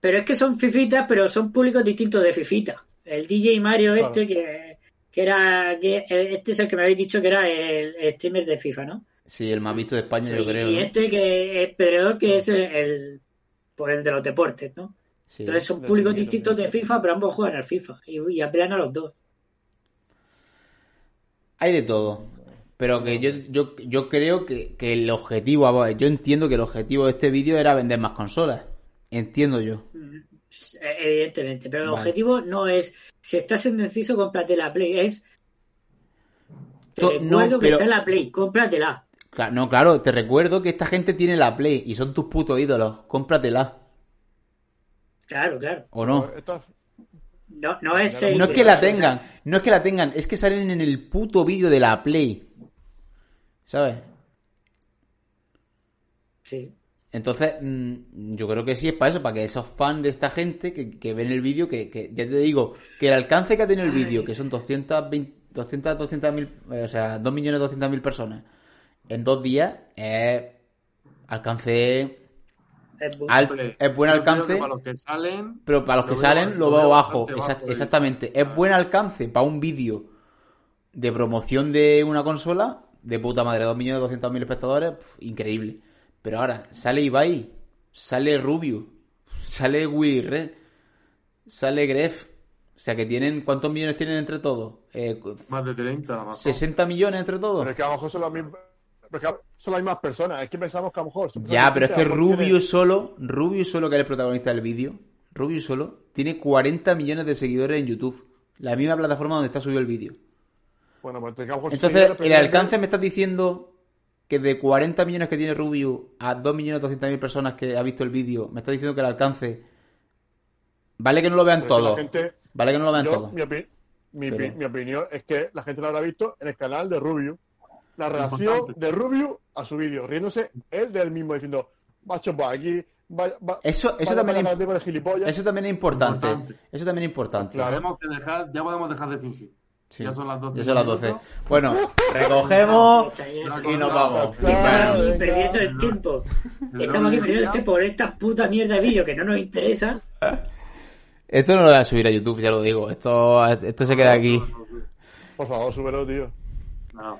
pero es que son fifitas, pero son públicos distintos de fifita. El DJ Mario Claro. este que, que era que eh, este es el que me habéis dicho que era el, el streamer de FIFA, ¿no? Sí, el más visto de España, yo creo. y ¿no? este que es Pedrerol que es el, el- pues el de los deportes, ¿no? Sí. Entonces son públicos distintos de FIFA, pero ambos juegan al FIFA y, y apelan a los dos. Hay de todo. Pero que yo, yo, yo creo que, que el objetivo, a ver, yo entiendo que el objetivo de este vídeo era vender más consolas. Entiendo yo. Eh, Evidentemente, pero el Vale. objetivo no es. Si estás indeciso, cómprate la Play. Es. Te To- no, recuerdo que pero- está la Play, cómpratela. Cla- No, claro, te recuerdo que esta gente tiene la Play y son tus putos ídolos. Cómpratela. Claro, claro. ¿O no? Pues No, no es. el- No es que la o sea, tengan, no es que la tengan, es que salen en el puto vídeo de la Play. ¿Sabes? Sí. Entonces, mm, yo creo que sí es para eso, para que esos fans de esta gente que, que ven el vídeo, que, que ya te digo, que el alcance que ha tenido el vídeo, que son 220, 200, 200 mil, eh, o sea, 2.200.000 personas en dos días, es alcance Es buen- al- Hombre, es buen yo creo alcance. que para los que salen, Pero para los que lo veo- salen lo lo veo veo bajo. bastante Exact- bajo, exactamente. Es buen alcance para un vídeo de promoción de una consola. De puta madre, 2.200.000 espectadores. pf, increíble. Pero ahora, sale Ibai. Sale Rubio. Sale Willy Re. Sale Gref. O sea que tienen... ¿Cuántos millones tienen entre todos? Eh, más de 30, a lo mejor. 60 millones entre todos. Pero es que a lo mejor son las mismas, pero es que son las mismas personas. Es que pensamos que a lo mejor. son Ya, pero es que personas distintas, a lo Rubio solo, Rubio solo, que es el protagonista del vídeo, Rubio solo, tiene 40 millones de seguidores en YouTube. La misma plataforma donde está subido el vídeo. mejor tiene- Bueno, pues que a lo mejor son Entonces, el personas alcance me estás diciendo que de 40 millones que tiene Rubio a 2.200.000 personas que ha visto el vídeo, me estás diciendo que el alcance... Vale que no lo vean Pero es que la todos. gente- Vale que no lo vean Yo, todos. Mi, opi- mi Pero- pi- mi opinión es que la gente lo habrá visto en el canal de Rubio. La Importante. reacción de Rubio a su vídeo, riéndose él del mismo, diciendo, macho, va aquí, va, va- Eso, Eh, eso, vaya también para es, acá, tengo de gilipollas. eso también es importante. Eso también es importante. Tenemos que dejar, ya podemos dejar de fingir. Sí. Ya son las 12. Ya son las 12. Bueno, No, recogemos Ah, está bien. y nos vamos. Estamos aquí perdiendo el tiempo. Estamos aquí perdiendo el tiempo por esta puta mierda de vídeo que no nos interesa. Esto no lo voy a subir a YouTube, ya lo digo. Esto, esto se queda aquí. Por favor, súbelo, tío. No.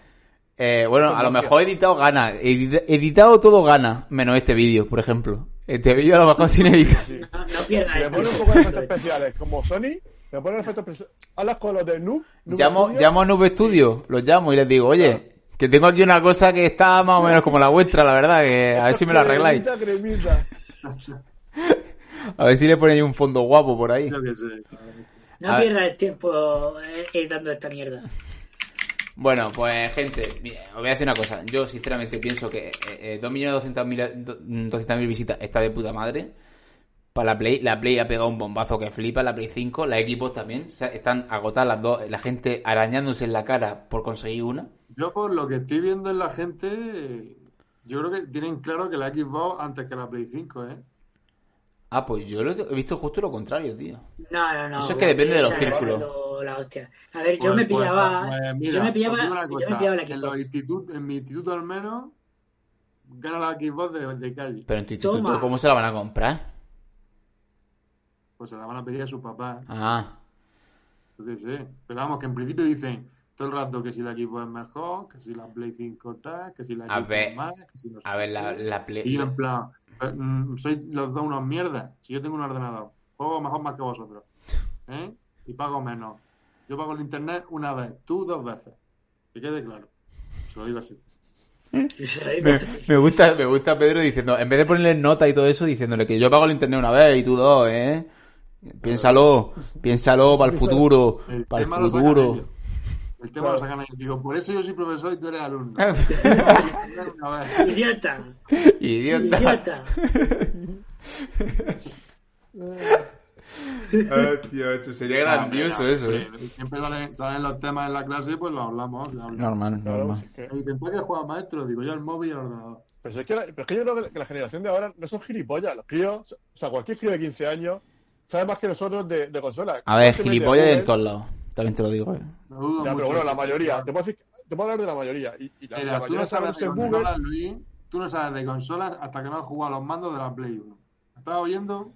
Eh, bueno, a lo mejor editado gana. Edita- Editado todo gana, menos este vídeo, por ejemplo. Este vídeo a lo mejor sin editar. No pierdas Le pone un poco de efectos especiales, como Sony, le pone efectos especiales. Hablas con los de Noob. Noob Llamo, Studio, llamo a Nube Studio, los llamo y les digo, oye, que tengo aquí una cosa que está más o menos como la vuestra, la verdad, que a ver si me la arregláis. Cremita, cremita. A ver si le ponéis un fondo guapo por ahí. No A ver. pierdas el tiempo eh, editando esta mierda. Bueno, pues gente, mira, os voy a decir una cosa. Yo sinceramente pienso que eh, eh, 2.200.000 do- mm, 200.000 visitas está de puta madre. Para la Play, la Play ha pegado un bombazo que flipa, la Play 5, la Xbox también. o sea, están agotadas las dos, la gente arañándose en la cara por conseguir una. Yo por lo que estoy viendo en la gente, yo creo que tienen claro que la Xbox antes que la Play 5, ¿eh? Ah, pues yo lo he visto justo lo contrario, tío. No, no, no. Eso es que depende de los Está círculos. haciendo la hostia. A ver, yo Pues- me pues- pillaba. pues mira, yo me os pillaba. digo una Yo me cosa, pillaba la en, los Xbox. institutos- en mi instituto al menos, gana la Xbox de, de calle. Pero en tu instituto, Toma. ¿cómo se la van a comprar? Pues se la van a pedir a sus papás. Ah, Yo qué sé. Pero vamos, que en principio dicen todo el rato que si la Xbox es mejor, que si la Play 5 tal, que si la a Xbox ver, es más, que si no sé a ver, la, qué. la Play... Y yo en plan, eh, mm, sois los dos unos mierdas. Si yo tengo un ordenador, juego mejor más que vosotros. ¿Eh? Y pago menos. Yo pago el internet una vez, tú dos veces. Que quede claro. Se lo digo así. Me, me gusta, me gusta Pedro diciendo, en vez de ponerle nota y todo eso, diciéndole que yo pago el internet una vez y tú dos, ¿eh? Piénsalo, piénsalo para el futuro, El para el tema lo sacan ellos. futuro. El tema lo sacan ahí. Digo, por eso yo soy profesor y tú eres alumno. Una vez. Idiota. Idiota. Idiota. sería grandioso eso, ¿eh? Siempre salen, salen los temas en la clase y pues lo hablamos. lo hablamos. Normal, normal. Me dicen, ¿para qué juega maestro? Digo, yo al móvil y al ordenador. Pero es, que la- pero es que yo creo que la- que la generación de ahora no son gilipollas. Los críos, o sea, cualquier crío de 15 años sabe más que nosotros de, de consola. A ver, Se mete a gilipollas ¿eh? Google. en todos lados. También te lo digo, ¿eh? dudo Ya, pero mucho. bueno, la mayoría. Te puedo, decir, te puedo hablar de la mayoría. Y, y la, Mira, la tú mayoría no sabe sabes de usar Google. consolas, Luis. Tú no sabes de consolas hasta que no has jugado a los mandos de la Play 1. ¿Me ¿Estás oyendo?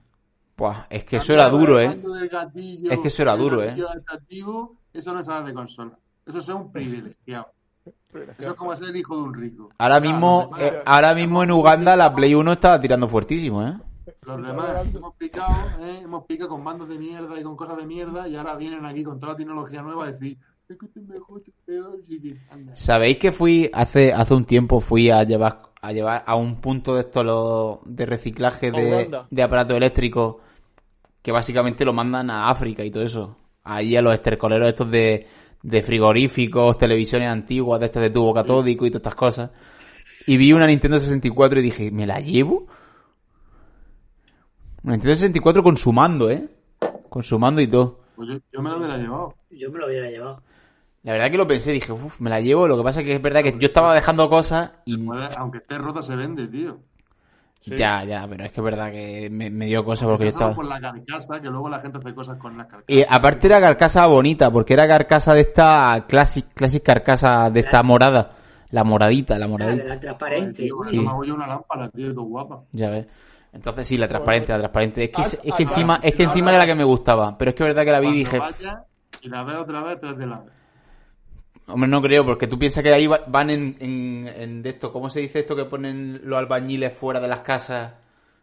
Buah, es que eso era duro, El ¿eh? mando del gatillo, Es que eso era el duro, ¿eh? gatillo adaptativo, eso no sabes de consola. Eso es un privilegiado. Eso es como ser el hijo de un rico. Ahora mismo, los eh, ahora mismo en Uganda la Play 1 estaba tirando fuertísimo, ¿eh? Los demás hemos picado, ¿eh? hemos picado con mandos de mierda y con cosas de mierda y ahora vienen aquí con toda la tecnología nueva a decir, es que esto es mejor, esto es peor, y que- anda. ¿Sabéis que fui hace hace un tiempo fui a llevar a llevar a un punto de esto lo- de reciclaje A de, Uganda. de aparatos eléctricos que básicamente lo mandan a África y todo eso? Ahí a los estercoleros estos de, de frigoríficos, televisiones antiguas, de estas de tubo catódico y todas estas cosas. Y vi una Nintendo 64 y dije, ¿me la llevo? Una Nintendo 64 con su mando, ¿eh? Con su mando y todo. Pues yo, yo me lo hubiera llevado. Yo me lo hubiera llevado. La verdad que lo pensé, dije, uff, me la llevo. Lo que pasa es que es verdad que yo estaba dejando cosas y Joder, aunque esté rota se vende, tío. Ya, ya, pero es que es verdad que me, me dio cosas Se porque yo estaba estaba... por la carcasa, que luego la gente hace cosas con la carcasa. Y aparte era carcasa bonita, porque era carcasa de esta classic, classic carcasa de esta morada. La moradita, la moradita. La transparente. Joder, Sí. tío, me hago yo una lámpara, tío, qué guapa. Ya ves. Entonces sí, la transparente, la transparente. Es que, es, es que ah, encima, ah, es que ah, encima ah, era la que me gustaba. Pero es que es verdad que la vi y Cuando dije, Eh, vaya y la veo otra vez, tras de la. hombre, no creo, porque tú piensas que ahí va- van en, en, en de esto, ¿cómo se dice esto que ponen los albañiles fuera de las casas?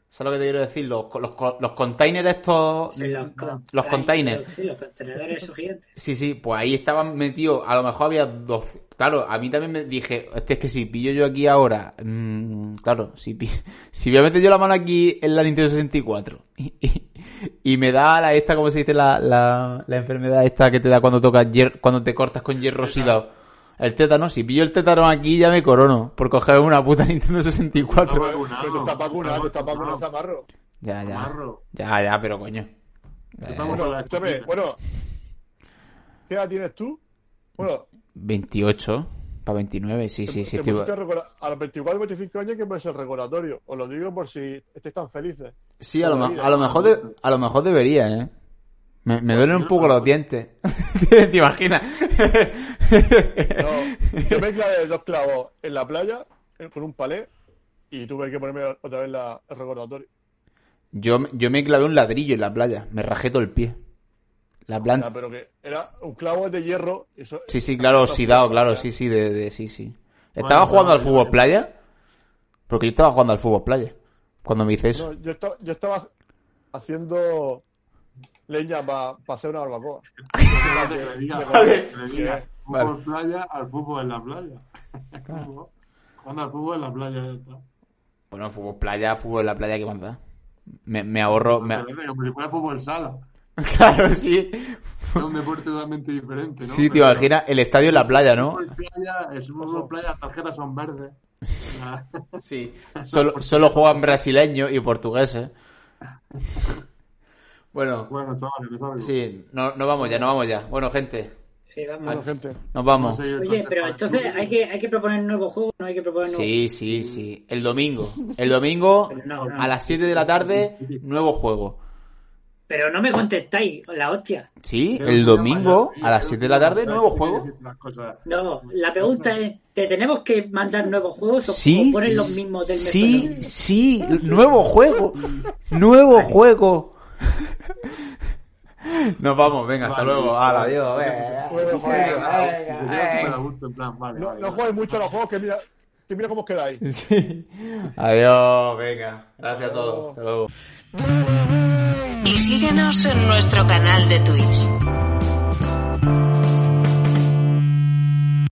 ¿Sabes lo que te quiero decir? Los, co- los, co- los containers estos... Los, con- los containers. Sí, los contenedores esos gigantes. Sí, sí, pues ahí estaban metidos, a lo mejor había 12. Claro, a mí también me dije, este es que si pillo yo aquí ahora, mm, claro, si, pi- si voy a meter yo la mano aquí en la Nintendo 64 y, y- y me da la esta, ¿cómo se dice? La, la, la enfermedad esta que te da cuando tocas hier- cuando te cortas con hierro oxidado. El tétano, si pillo el tétano aquí ya me corono por coger una puta Nintendo 64. Pero tú estás vacunado, tú estás vacunado, Zamarro. Ya, ya. Amarro. Ya, ya, pero coño. Bueno, escúchame, bueno. ¿Qué edad tienes tú? Bueno, 28 para 29, sí, sí, sí. te estoy- pusiste a recordar- a los 24 25 años que puede el recordatorio. Os lo digo por si estéis tan felices. Sí, a lo, Por la me- vida. a lo mejor de- a lo mejor debería, ¿eh? Me, me duelen un poco los dientes. ¿Te imaginas? No, yo me clavé dos clavos en la playa eh, con un palé y tuve que ponerme otra vez la, el recordatorio. Yo, yo me clavé un ladrillo en la playa. Me rajé todo el pie. La planta. Ah, pero que era un clavo de hierro. Eso, Sí, sí, claro, oxidado, claro, sí, sí, de, de- sí, sí. Estaba jugando al fútbol playa. Porque yo estaba jugando al fútbol playa. Cuando me hice eso. No, yo, estaba, yo estaba haciendo leña para hacer una barbacoa. Vale. Fútbol playa al fútbol en la playa. Fútbol. Jugando al fútbol en la playa ya está. Bueno, fútbol playa, fútbol en la playa, ¿qué más da? Me, me ahorro. me- Parece como si fuera fútbol sala. Claro, sí. Es un deporte totalmente diferente, ¿no? Sí, te imaginas el estadio en la playa, ¿no? El fútbol playa, el fútbol playa, las tarjetas son verdes. sí. Solo, solo juegan brasileños y portugueses. Bueno. Bueno, chavales, ¿qué sabes? Sí, no, no vamos ya, no vamos ya. Bueno, gente. Sí, vamos. Ah, Nos vamos. Oye, ah, pero entonces hay que, hay que proponer un nuevo juego, no hay que proponer nuevo. Sí, sí, sí. El domingo. El domingo No, no. a las 7 de la tarde, nuevo juego. Pero no me contestáis, la hostia. Sí, el domingo a las 7 de la tarde, nuevo juego. No, la pregunta es, ¿te tenemos que mandar nuevos juegos o- Sí, o ponen los mismos del mes sí, sí, nuevo juego. Nuevo juego. Nos vamos, venga, hasta luego. Hala, adiós. venga. Bueno, joder, venga, venga. No, no juegues mucho a los juegos que mira, que mira cómo os quedáis. Adiós, venga. Gracias a todos. Hasta luego. Y síguenos en nuestro canal de Twitch.